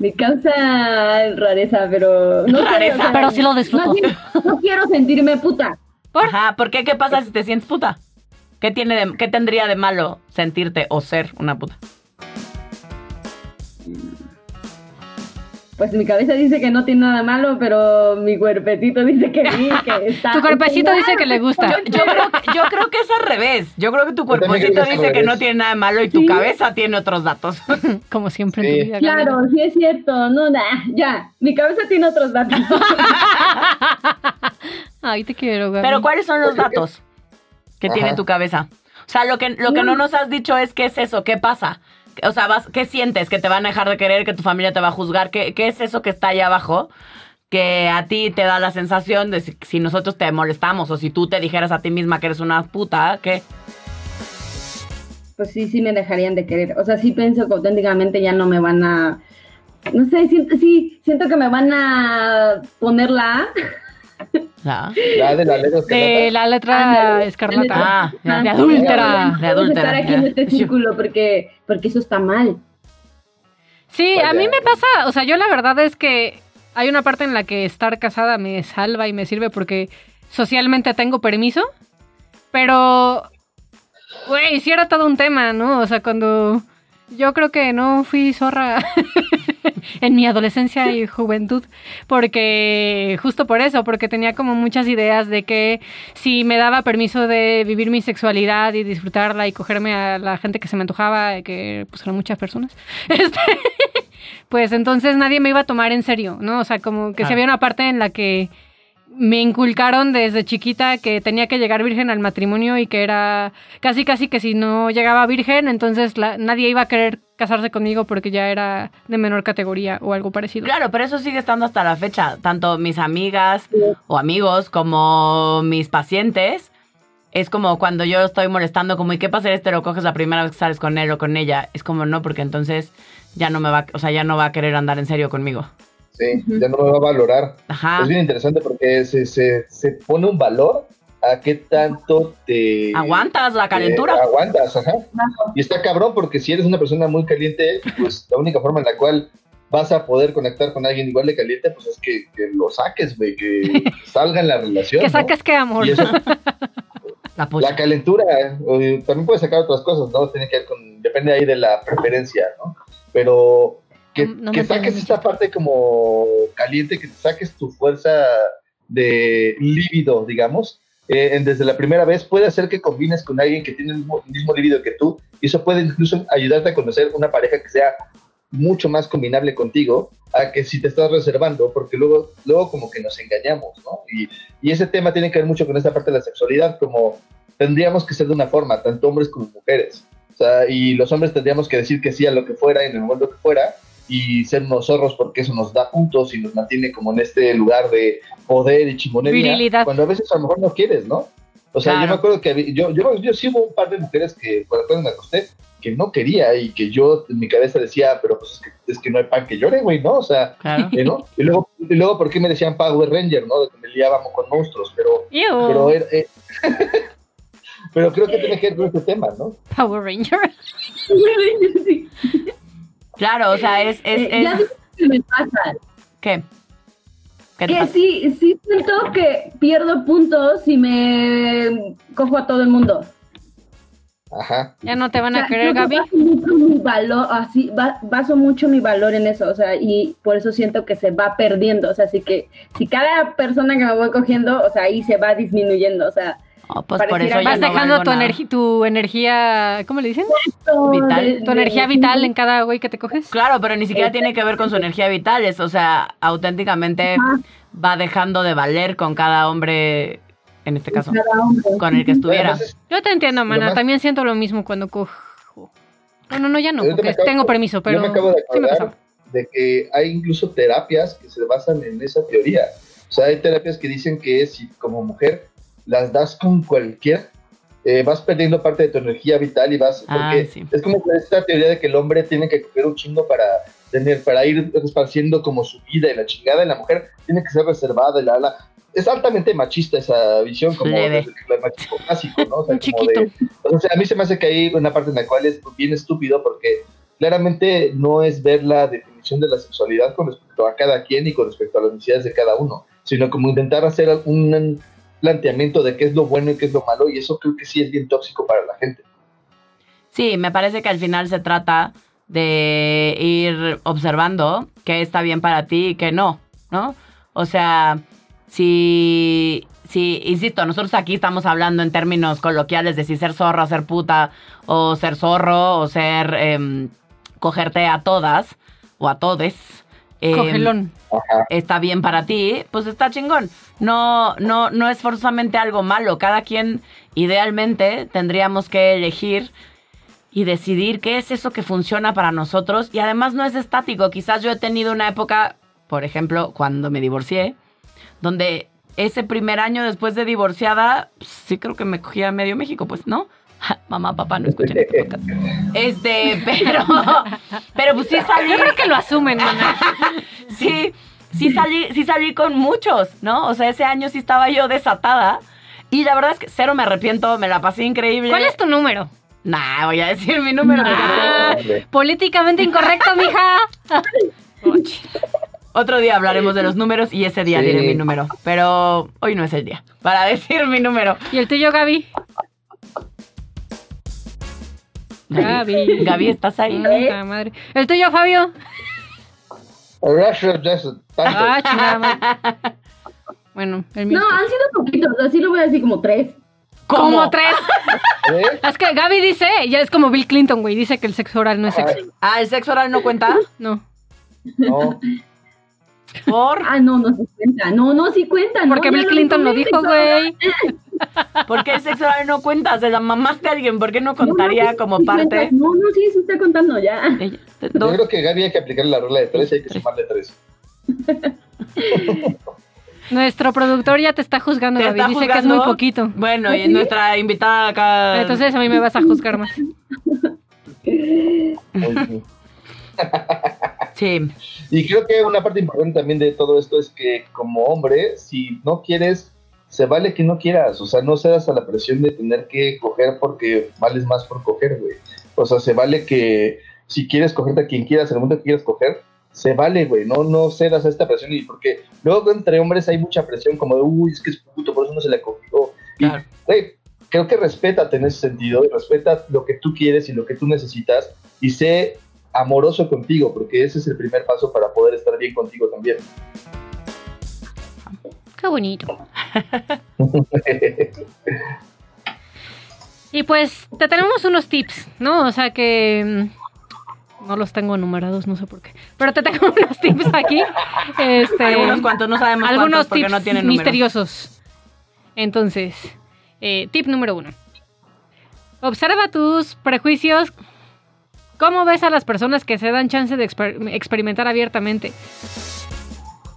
Speaker 5: Me causa rareza, pero... No sé,
Speaker 2: Rareza,
Speaker 5: o sea,
Speaker 3: pero sí lo disfruto.
Speaker 5: más bien, no quiero sentirme puta.
Speaker 3: ¿Por?
Speaker 2: Ajá, ¿por qué? ¿Qué pasa si te sientes puta? ¿Qué, tiene de- ¿Qué tendría de malo sentirte o ser una puta?
Speaker 5: Pues mi cabeza dice que no tiene nada malo, pero mi cuerpecito dice que
Speaker 3: [laughs]
Speaker 5: sí, que está.
Speaker 3: Tu cuerpecito dice que le gusta.
Speaker 2: Yo, yo creo, que, yo creo que es al revés. Yo creo que tu
Speaker 4: también creo
Speaker 2: cuerpocito
Speaker 4: que es al
Speaker 2: dice que
Speaker 4: revés.
Speaker 2: no tiene nada de malo y tu
Speaker 5: Sí.
Speaker 2: cabeza tiene otros datos.
Speaker 3: Como siempre en
Speaker 4: Sí.
Speaker 3: tu vida. Gabriela.
Speaker 5: Claro, sí es cierto, no, nah, ya, mi cabeza tiene otros datos. [laughs]
Speaker 3: Ay, te quiero, Gaby.
Speaker 2: Pero ¿cuáles son los datos que
Speaker 4: Ajá.
Speaker 2: tiene tu cabeza? O sea, lo que, lo que
Speaker 3: Mm.
Speaker 2: no nos has dicho es qué es eso, qué pasa. O sea, vas- ¿qué sientes? ¿Que te van a dejar de querer? ¿Que tu familia te va a juzgar? ¿Qué, qué es eso que está ahí abajo? Que a ti te da la sensación de si, si nosotros te molestamos o si tú te dijeras a ti misma que eres una puta, ¿qué?
Speaker 5: Pues sí, sí me dejarían de querer. O sea, sí pienso que auténticamente ya no me van a. No sé, siento, sí, siento que me van a poner la A.
Speaker 2: Ah,
Speaker 4: La de la letra
Speaker 3: De
Speaker 4: escarlata.
Speaker 3: la letra
Speaker 5: Ándale.
Speaker 3: escarlata.
Speaker 2: Ah, ya.
Speaker 3: de
Speaker 5: [laughs] Ah,
Speaker 3: adúltera.
Speaker 5: vamos
Speaker 2: de
Speaker 5: a
Speaker 2: adúltera,
Speaker 5: estar aquí
Speaker 2: ya.
Speaker 5: en este círculo porque, porque eso está mal. [laughs]
Speaker 3: Sí,
Speaker 4: Vaya.
Speaker 3: a mí me pasa, o sea, yo la verdad es que hay una parte en la que estar casada me salva y me sirve porque socialmente tengo permiso, pero, güey, sí era todo un tema, ¿no? O sea, cuando yo creo que no fui zorra [laughs] en mi adolescencia y juventud, porque justo por eso, porque tenía como muchas ideas de que si me daba permiso de vivir mi sexualidad y disfrutarla y cogerme a la gente que se me antojaba, que pues eran muchas personas, [laughs] este, pues entonces nadie me iba a tomar en serio, ¿no? O sea, como que
Speaker 2: Ah.
Speaker 3: si había una parte en la que me inculcaron desde chiquita que tenía que llegar virgen al matrimonio y que era casi casi que si no llegaba virgen, entonces la- nadie iba a querer casarse conmigo porque ya era de menor categoría o algo parecido.
Speaker 2: Claro, pero eso sigue estando hasta la fecha. Tanto mis amigas o amigos como mis pacientes. Es como cuando yo estoy molestando, como, ¿y qué pasa si este lo coges la primera vez que sales con él o con ella? Es como, no, porque entonces ya no me va, o sea, ya no va a querer andar en serio conmigo.
Speaker 4: Sí,
Speaker 5: Ujú.
Speaker 4: ya no me va a valorar.
Speaker 2: Ajá.
Speaker 4: Es bien interesante porque se, se, se pone un valor a qué tanto te...
Speaker 2: Aguantas la calentura.
Speaker 4: Eh, aguantas, ajá. Y está cabrón porque si eres una persona muy caliente, pues la única forma en la cual vas a poder conectar con alguien igual de caliente, pues es que, que lo saques, güey, que salga en la relación.
Speaker 3: que
Speaker 4: ¿no?
Speaker 3: sacas que amor.
Speaker 4: Y eso-
Speaker 2: la
Speaker 4: la
Speaker 3: pues.
Speaker 2: polla.
Speaker 4: calentura, eh, también puedes sacar otras cosas, ¿no? Tiene que ver con, depende ahí de la preferencia, ¿no? Pero que,
Speaker 3: No, no
Speaker 4: que
Speaker 3: me
Speaker 4: saques
Speaker 3: peguen
Speaker 4: esta parte como caliente, que saques tu fuerza de líbido, digamos, eh, en- desde la primera vez puede hacer que combines con alguien que tiene el mismo, el mismo líbido que tú, y eso puede incluso ayudarte a conocer una pareja que sea mucho más combinable contigo a que si te estás reservando, porque luego, luego como que nos engañamos, ¿no? Y, y ese tema tiene que ver mucho con esta parte de la sexualidad, como tendríamos que ser de una forma, tanto hombres como mujeres. O sea, y los hombres tendríamos que decir que sí a lo que fuera, en el momento que fuera, y ser unos zorros porque eso nos da puntos y nos mantiene como en este lugar de poder y chimonería.
Speaker 3: Virilidad.
Speaker 4: Cuando a veces a lo mejor no quieres, ¿no? O sea,
Speaker 2: Claro.
Speaker 4: yo me acuerdo que habí- yo, yo, yo sí hubo un par de mujeres que, con las cuales me acosté, que no quería y que yo en mi cabeza decía, pero pues es que, es que no hay pan que llore, güey, ¿no? O sea,
Speaker 2: Claro.
Speaker 4: eh, ¿no? Y luego, y luego ¿por qué me decían Power Ranger, no? De que me liábamos con monstruos, pero,
Speaker 3: [laughs] Ew,
Speaker 4: pero, era- eh, [laughs] pero creo que tiene que ver con este tema, ¿no?
Speaker 3: Power Ranger. [laughs]
Speaker 5: Sí.
Speaker 2: Claro, o sea, es, es,
Speaker 5: Eh, ya
Speaker 2: es-
Speaker 5: dije que me pasa.
Speaker 2: ¿qué? ¿Qué te
Speaker 5: Que
Speaker 2: pasa?
Speaker 5: sí, sí siento que pierdo puntos si me cojo a todo el mundo.
Speaker 4: Ajá.
Speaker 3: Ya no te van
Speaker 5: O
Speaker 3: a
Speaker 5: sea, creo
Speaker 3: querer, Gaby.
Speaker 5: que Baso mucho mi valor, así, ba- baso mucho mi valor en eso, o sea, y por eso siento que se va perdiendo, o sea, así que si cada persona que me voy cogiendo, o sea, ahí se va disminuyendo, o sea,
Speaker 2: Oh, pues por eso
Speaker 5: pareciera-
Speaker 2: ya
Speaker 3: Vas
Speaker 2: no
Speaker 3: dejando
Speaker 2: valgo
Speaker 3: tu,
Speaker 2: nada.
Speaker 3: energi- tu energía, ¿cómo le dicen?
Speaker 5: todo
Speaker 2: Vital.
Speaker 5: de-
Speaker 3: Tu
Speaker 5: de-
Speaker 3: energía vital en cada güey que te coges.
Speaker 2: Claro, pero ni siquiera tiene que ver con su energía vital, es, o sea, auténticamente
Speaker 5: Ajá.
Speaker 2: va dejando de valer con cada hombre, en este caso,
Speaker 5: cada hombre.
Speaker 2: con el que estuviera.
Speaker 4: Además, es-
Speaker 3: Yo te entiendo, mana.
Speaker 4: más-
Speaker 3: También siento lo mismo cuando cojo. Bueno, no, ya no,
Speaker 4: Ahorita me
Speaker 3: porque
Speaker 4: acabo-
Speaker 3: tengo permiso, pero
Speaker 4: yo me acabo de
Speaker 3: sí me
Speaker 4: acordar
Speaker 3: pasaba.
Speaker 4: de que hay incluso terapias que se basan en esa teoría. O sea, hay terapias que dicen que si como mujer las das con cualquier, eh, vas perdiendo parte de tu energía vital y vas...
Speaker 2: Ah,
Speaker 4: porque
Speaker 2: sí.
Speaker 4: Es como que esta teoría de que el hombre tiene que coger un chingo para tener, para ir esparciendo como su vida y la chingada, y la mujer tiene que ser reservada y la... la- es altamente machista esa visión, como
Speaker 2: Leve.
Speaker 4: el machismo clásico, ¿no? O sea,
Speaker 3: Un
Speaker 4: como
Speaker 3: chiquito.
Speaker 4: de- pues, o sea, a mí se me hace que hay una parte en la cual es bien estúpido porque claramente no es ver la definición de la sexualidad con respecto a cada quien y con respecto a las necesidades de cada uno, sino como intentar hacer un planteamiento de qué es lo bueno y qué es lo malo y eso creo que sí es bien tóxico para la gente.
Speaker 2: Sí, me parece que al final se trata de ir observando qué está bien para ti y qué no, ¿no? O sea, si, si, insisto, nosotros aquí estamos hablando en términos coloquiales de si ser zorra, ser puta, o ser zorro, o ser em, cogerte a todas o a todes. em,
Speaker 3: Cogelón.
Speaker 2: está bien para ti, pues está chingón. No, no, no es forzosamente algo malo. Cada quien, idealmente, tendríamos que elegir y decidir qué es eso que funciona para nosotros. Y además no es estático. Quizás yo he tenido una época, por ejemplo, cuando me divorcié, donde ese primer año después de divorciada, pues, sí creo que me cogía a medio México, pues, ¿no? [laughs] Mamá, papá, no escuchen este podcast. Este, pero, pero pues sí salí.
Speaker 3: Yo creo que lo asumen, [laughs] mana.
Speaker 2: Sí, sí salí, sí salí con muchos, ¿no? O sea, ese año sí estaba yo desatada. Y la verdad es que cero me arrepiento, me la pasé increíble.
Speaker 3: ¿Cuál es tu número?
Speaker 2: Nah, voy a decir mi número. porque
Speaker 3: Ah,
Speaker 4: hombre.
Speaker 3: políticamente [laughs] incorrecto, mija. Och.
Speaker 2: Otro día hablaremos de los números y ese día
Speaker 4: Sí.
Speaker 2: diré mi número. Pero hoy no es el día para [laughs] decir mi número.
Speaker 3: ¿Y el tuyo, Gaby? Gaby.
Speaker 2: Gaby, ¿estás ahí?
Speaker 3: Puta madre. ¿El tuyo, Fabio? Ah, chingada madre. Bueno, el mío.
Speaker 5: No, han sido poquitos, así lo voy a decir como tres.
Speaker 3: Como tres.
Speaker 4: ¿eh?
Speaker 3: Es que Gaby dice, ya es como Bill Clinton, güey. Ah, Dice que el sexo oral no es sexo.
Speaker 2: Ah, ¿el sexo oral no cuenta?
Speaker 3: No.
Speaker 2: ¿Por,
Speaker 5: Ah, no, no sí cuenta. No, no, sí cuenta. no,
Speaker 3: Porque
Speaker 5: ya
Speaker 3: Bill
Speaker 5: lo
Speaker 3: Clinton lo
Speaker 5: dijo,
Speaker 3: dijo, güey.
Speaker 2: ¿Por qué el sexo oral no cuenta? Se la mamaste a alguien, ¿por qué no
Speaker 5: No, no,
Speaker 2: contaría
Speaker 5: sí,
Speaker 2: como
Speaker 5: sí cuenta.
Speaker 2: parte?
Speaker 5: No, no, sí, se está contando ya.
Speaker 2: Ella-
Speaker 4: Yo
Speaker 2: dos.
Speaker 4: creo que Gaby hay que aplicarle la regla de tres y hay que sumarle tres.
Speaker 3: Nuestro productor ya te está juzgando,
Speaker 2: ¿Te
Speaker 3: Gaby.
Speaker 2: está
Speaker 3: Dice que es
Speaker 2: juzgando? Ah.
Speaker 3: muy poquito.
Speaker 2: Bueno, y
Speaker 5: ¿Sí?
Speaker 2: nuestra invitada acá.
Speaker 3: Entonces a mí me vas a juzgar más.
Speaker 4: Ujú.
Speaker 2: sí.
Speaker 4: Y creo que una parte importante también de todo esto es que como hombre, si no quieres, se vale que no quieras. O sea, no cedas a la presión de tener que coger porque vales más por coger, güey. O sea, se vale que si quieres cogerte a quien quieras, el mundo que quieras coger, se vale, güey. No, no cedas a esta presión. Y porque luego entre hombres hay mucha presión como de, uy, es que es puto, por eso no se la cogió. Y,
Speaker 2: Claro.
Speaker 4: güey, creo que respétate en ese sentido. y Respeta lo que tú quieres y lo que tú necesitas. Y sé amoroso contigo, porque ese es el primer paso para poder estar bien contigo también. [laughs]
Speaker 3: Qué bonito. Y pues te tenemos unos tips, ¿no? O sea que mm, no los tengo numerados, no sé por qué. Pero te tengo [laughs] unos tips aquí. Este,
Speaker 2: Algunos cuantos no sabemos
Speaker 3: algunos
Speaker 2: cuántos porque
Speaker 3: tips
Speaker 2: no tienen números.
Speaker 3: misteriosos. Entonces, eh, tip número uno. Observa tus prejuicios. ¿Cómo ves a las personas que se dan chance de exper- experimentar abiertamente?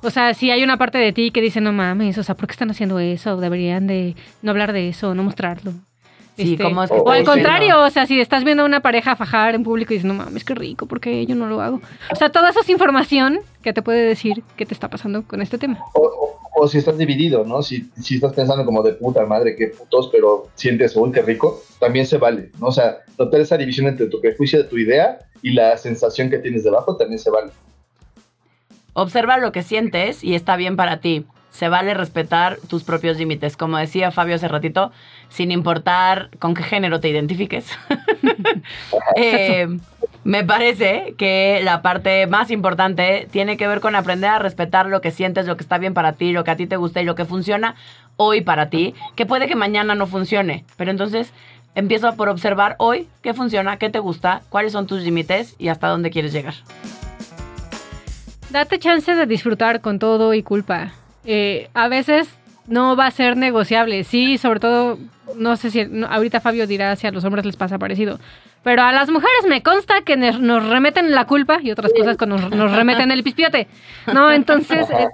Speaker 3: O sea, si hay una parte de ti que dice, no mames, o sea, ¿por qué están haciendo eso? Deberían de no hablar de eso, no mostrarlo.
Speaker 2: Sí,
Speaker 3: Este,
Speaker 2: ¿cómo es que
Speaker 4: o
Speaker 2: te
Speaker 3: o al
Speaker 4: Sí, no.
Speaker 2: dicen,
Speaker 3: contrario, o sea, si estás viendo a una pareja fajar en público y dices, no mames, qué rico, porque yo no lo hago. O sea, toda esa es información que te puede decir qué te está pasando con este tema.
Speaker 4: O, o- o si estás dividido, ¿no? Si, si estás pensando como de puta madre, qué putos, pero sientes, uy, qué rico, también se vale, ¿no? O sea, notar esa división entre tu prejuicio de tu idea y la sensación que tienes debajo también se vale.
Speaker 2: Observa lo que sientes y está bien para ti. Se vale respetar tus propios límites. Como decía Fabio hace ratito, sin importar con qué género te identifiques. Eh, me parece que la parte más importante tiene que ver con aprender a respetar lo que sientes, lo que está bien para ti, lo que a ti te gusta y lo que funciona hoy para ti, que puede que mañana no funcione. Pero entonces empieza por observar hoy qué funciona, qué te gusta, cuáles son tus límites y hasta dónde quieres llegar.
Speaker 3: Date chance de disfrutar con todo y culpa. Eh, a veces no va a ser negociable. Sí, sobre todo, no sé si no, ahorita Fabio dirá si a los hombres les pasa parecido. Pero a las mujeres me consta que ne- nos remeten la culpa y otras cosas que nos, nos remeten el pispiote. No, entonces eh,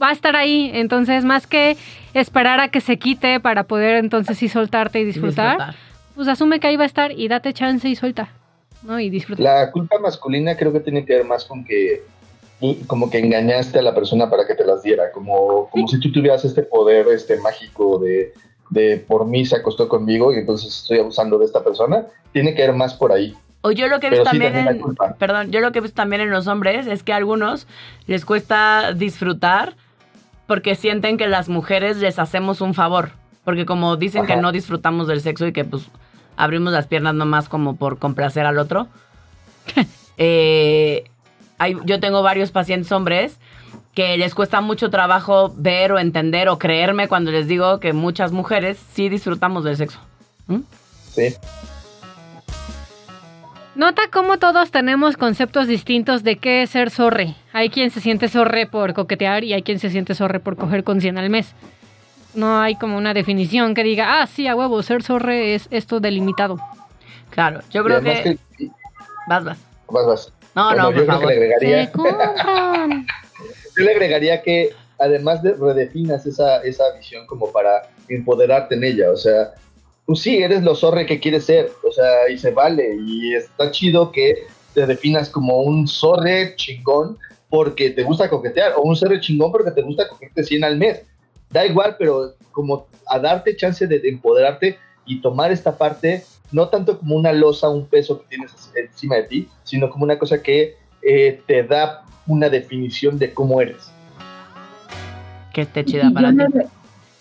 Speaker 3: va a estar ahí. Entonces, más que esperar a que se quite para poder entonces sí soltarte y disfrutar, pues asume que ahí va a estar y date chance y suelta. ¿No? Y disfruta.
Speaker 4: La culpa masculina creo que tiene que ver más con que tú como que engañaste a la persona para que te las diera, como, como si tú tuvieras este poder este mágico de, de por mí se acostó conmigo y entonces estoy abusando de esta persona, tiene que ver más por ahí.
Speaker 2: O yo lo que he
Speaker 4: Pero
Speaker 2: visto
Speaker 4: sí,
Speaker 2: también
Speaker 4: también la
Speaker 2: en,
Speaker 4: culpa.
Speaker 2: perdón, yo lo que he visto también en los hombres es que a algunos les cuesta disfrutar porque sienten que las mujeres les hacemos un favor, porque como dicen que
Speaker 4: Ajá.
Speaker 2: no disfrutamos del sexo y que pues abrimos las piernas nomás como por complacer al otro. [laughs] eh, hay- yo tengo varios pacientes hombres que les cuesta mucho trabajo ver o entender o creerme cuando les digo que muchas mujeres sí disfrutamos del sexo.
Speaker 4: Sí,
Speaker 3: Nota cómo todos tenemos conceptos distintos de qué es ser zorre. Hay quien se siente zorre por coquetear y hay quien se siente zorre por coger con 100 al mes. No hay como una definición que diga, ah, sí, a huevo, ser zorre es esto delimitado.
Speaker 2: Claro, yo
Speaker 4: Y
Speaker 2: creo
Speaker 4: además
Speaker 2: que...
Speaker 4: que-
Speaker 2: Vas, vas.
Speaker 4: vas, vas.
Speaker 2: No, no,
Speaker 4: Bueno, yo
Speaker 2: por
Speaker 4: creo que
Speaker 2: favor.
Speaker 4: le agregaría,
Speaker 3: Se compran.
Speaker 4: yo le agregaría que además de redefinas esa, esa visión como para empoderarte en ella, o sea, tú sí eres lo zorre que quieres ser, o sea, y se vale, y está chido que te definas como un zorre chingón porque te gusta coquetear, o un zorre chingón porque te gusta cogerte 100 al mes, da igual, pero como a darte chance de, de empoderarte y tomar esta parte, no tanto como una losa, un peso que tienes encima de ti, sino como una cosa que eh, te da una definición de cómo eres.
Speaker 2: que esté
Speaker 5: Y
Speaker 2: chida para
Speaker 5: yo
Speaker 2: ti.
Speaker 5: le-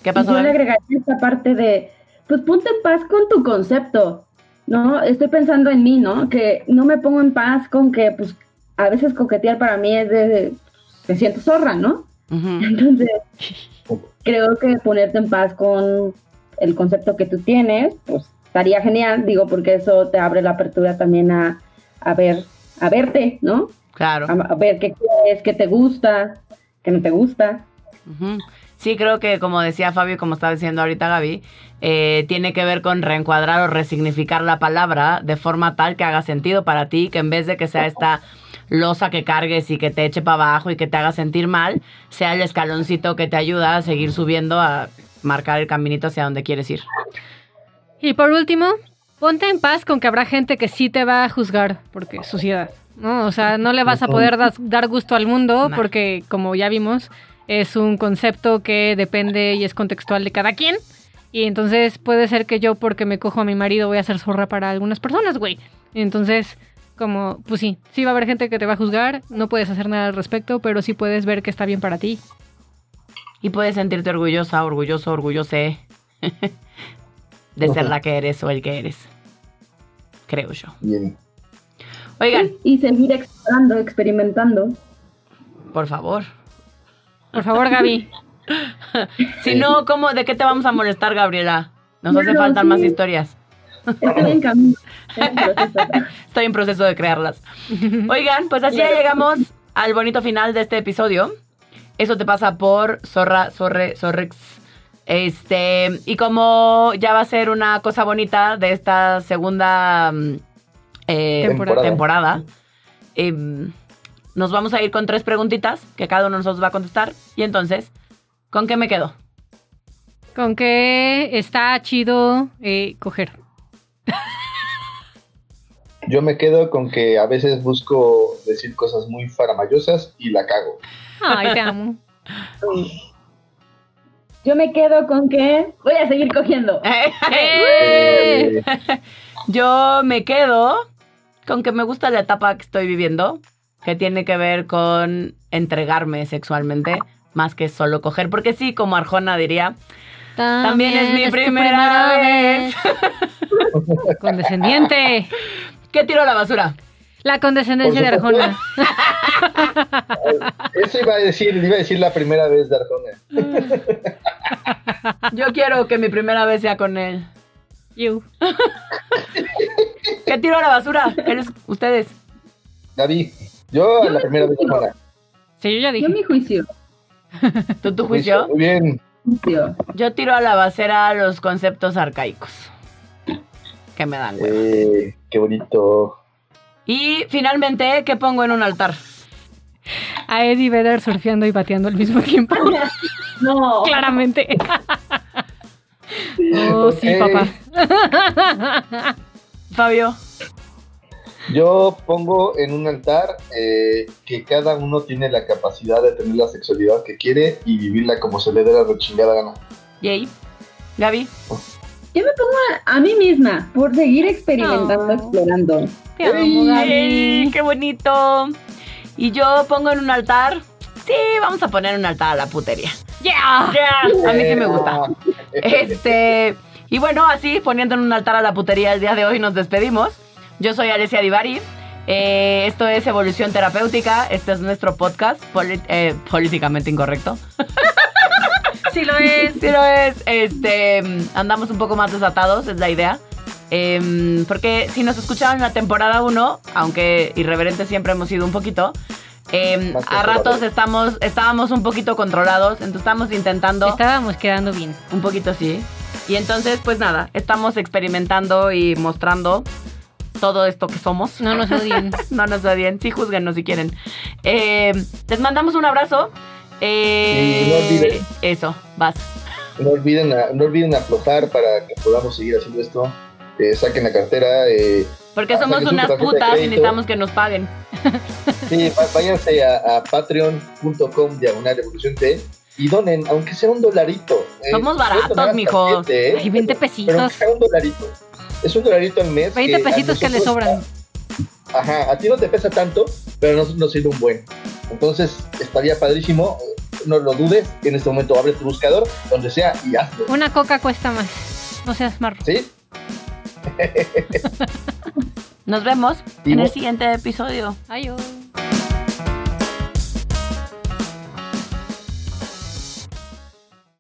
Speaker 2: ¿Qué pasó?
Speaker 5: Yo le
Speaker 2: Gaby?
Speaker 5: agregaría esta parte de, pues ponte en paz con tu concepto, ¿no? Estoy pensando en mí, ¿no? Que no me pongo en paz con que, pues, a veces coquetear para mí es de, me siento zorra, ¿no?
Speaker 2: Ujú.
Speaker 5: Entonces, creo que ponerte en paz con el concepto que tú tienes, pues, estaría genial, digo, porque eso te abre la apertura también a, a ver, a verte, ¿no?
Speaker 2: Claro.
Speaker 5: a, a ver qué quieres, qué te gusta, qué no te gusta.
Speaker 2: Ujú. Sí, creo que como decía Fabio, como estaba diciendo ahorita Gaby, eh, tiene que ver con reencuadrar o resignificar la palabra de forma tal que haga sentido para ti, que en vez de que sea esta losa que cargues y que te eche para abajo y que te haga sentir mal, sea el escaloncito que te ayuda a seguir subiendo, a marcar el caminito hacia donde quieres ir.
Speaker 3: Y por último, ponte en paz con que habrá gente que sí te va a juzgar, porque suciedad, ¿no? O sea, no le vas a poder das- dar gusto al mundo,
Speaker 2: No.
Speaker 3: porque como ya vimos, es un concepto que depende y es contextual de cada quien. Y entonces puede ser que yo, porque me cojo a mi marido, voy a ser zorra para algunas personas, güey. Entonces, como, pues sí, sí va a haber gente que te va a juzgar, no puedes hacer nada al respecto, pero sí puedes ver que está bien para ti.
Speaker 2: Y puedes sentirte orgullosa, orgulloso, orgullose [laughs] de ser la que eres o el que eres. Creo yo.
Speaker 4: Bien.
Speaker 2: Oigan,
Speaker 5: Y seguir explorando, experimentando.
Speaker 2: por favor.
Speaker 3: Por favor, Gaby.
Speaker 2: Si no, ¿cómo, ¿de qué te vamos a molestar, Gabriela? Nos hace
Speaker 5: Claro,
Speaker 2: falta
Speaker 5: sí.
Speaker 2: más historias.
Speaker 5: Estoy en camino. estoy en proceso.
Speaker 2: Estoy en proceso de crearlas. Oigan, pues así ya llegamos al bonito final de este episodio. Eso te pasa por Zorra, Zorre, Zorrex. Este, y como ya va a ser una cosa bonita de esta segunda mm, eh,
Speaker 3: Temporada.
Speaker 2: temporada, em, nos vamos a ir con tres preguntitas que cada uno de nosotros va a contestar. Y entonces, ¿con qué me quedo? [laughs]
Speaker 3: Con que está chido eh, coger.
Speaker 4: Yo me quedo con que a veces busco decir cosas muy faramayosas y la cago.
Speaker 3: Ay, te amo.
Speaker 5: Yo me quedo con que voy a seguir cogiendo.
Speaker 3: ¡Eh!
Speaker 4: Eh,
Speaker 2: Yo me quedo con que me gusta la etapa que estoy viviendo, que tiene que ver con entregarme sexualmente, más que solo coger. Porque sí, como Arjona diría, [laughs] También es mi
Speaker 3: tu
Speaker 2: primera vez.
Speaker 3: [laughs] Condescendiente.
Speaker 2: ¿qué tiro a la basura?
Speaker 3: La condescendencia de
Speaker 4: Por supuesto.
Speaker 3: Arjona.
Speaker 4: eso iba a decir, iba a decir la primera vez de Arjona.
Speaker 2: Yo quiero que mi primera vez sea con él.
Speaker 3: You.
Speaker 2: ¿Qué tiro a la basura? ¿Eres ustedes?
Speaker 4: David, yo a la primera vez de Arjona.
Speaker 3: Sí, yo ya
Speaker 5: Yo
Speaker 3: dije.
Speaker 5: mi juicio.
Speaker 2: ¿Tú, tu juicio?
Speaker 4: Muy bien.
Speaker 5: juicio.
Speaker 2: Yo tiro a la basura los conceptos arcaicos. Que me dan, güey.
Speaker 4: Eh, qué bonito.
Speaker 2: Y finalmente, ¿qué pongo en un altar?
Speaker 3: A Eddie Vedder surfeando y bateando al mismo
Speaker 4: [laughs]
Speaker 3: tiempo.
Speaker 5: No.
Speaker 3: Claramente. Oh, sí,
Speaker 4: Ok.
Speaker 3: papá.
Speaker 2: Fabio.
Speaker 4: Yo pongo en un altar eh, que cada uno tiene la capacidad de tener la sexualidad que quiere y vivirla como se le dé la rechingada gana.
Speaker 2: Yay. Gaby.
Speaker 5: Yo me pongo a, a mí misma por seguir experimentando,
Speaker 3: No.
Speaker 5: explorando.
Speaker 3: Te amo,
Speaker 2: ¡Ey,
Speaker 3: Gaby.
Speaker 2: ¡Qué bonito! Y yo pongo en un altar. Sí, vamos a poner un altar a la putería.
Speaker 3: Yeah.
Speaker 2: A mí
Speaker 4: Eh,
Speaker 2: sí me gusta. Este. Y bueno, así, poniendo en un altar a la putería el día de hoy, nos despedimos. Yo soy Alessia Divari. Eh, esto es Evolución Terapéutica. Este es nuestro podcast, poli- eh, políticamente incorrecto.
Speaker 3: Sí lo es.
Speaker 2: Sí lo es. Este, mm, andamos un poco más desatados, es la idea. Em, porque si nos escuchaban en la temporada 1, aunque irreverentes siempre hemos sido un poquito, em,
Speaker 4: Más
Speaker 2: a ratos estamos, estábamos un poquito controlados, entonces estamos intentando
Speaker 3: Estábamos quedando bien.
Speaker 2: un poquito sí. Y entonces, pues nada, estamos experimentando y mostrando todo esto que somos. [laughs]
Speaker 3: No nos odien.
Speaker 2: No nos va bien, sí, juzguenos si quieren. Em, les mandamos un abrazo. Eh,
Speaker 4: Y no olviden.
Speaker 2: eso, vas.
Speaker 4: No olviden, a- no olviden aflojar para que podamos seguir haciendo esto. Eh, saquen la cartera. Eh,
Speaker 2: Porque
Speaker 4: Ah,
Speaker 2: somos
Speaker 4: porque es un
Speaker 2: unas
Speaker 4: tarjeta de
Speaker 2: putas y
Speaker 4: crédito.
Speaker 2: necesitamos que nos paguen.
Speaker 4: sí, va- váyanse a, a patreon.com diagonal evolución T y donen, aunque sea un dolarito. Eh,
Speaker 2: Somos
Speaker 4: pueden
Speaker 2: baratos,
Speaker 4: donar
Speaker 2: mijo.
Speaker 4: hasta siete, eh,
Speaker 3: Ay, 20
Speaker 4: Pero aunque
Speaker 3: pesitos.
Speaker 4: sea un dolarito. Es un dolarito al mes.
Speaker 3: 20
Speaker 4: a
Speaker 3: pesitos que le
Speaker 4: nosotros-
Speaker 3: sobran.
Speaker 4: Ajá, a ti no te pesa tanto, pero nos, nos sirve un buen. Entonces, estaría padrísimo, eh, no lo dudes, en este momento abre tu buscador, donde sea, y hazlo,
Speaker 3: Una coca cuesta más. No seas marro.
Speaker 4: ¿sí?
Speaker 2: Nos vemos
Speaker 4: Y
Speaker 2: en el
Speaker 4: vos-
Speaker 2: siguiente episodio.
Speaker 3: Adiós.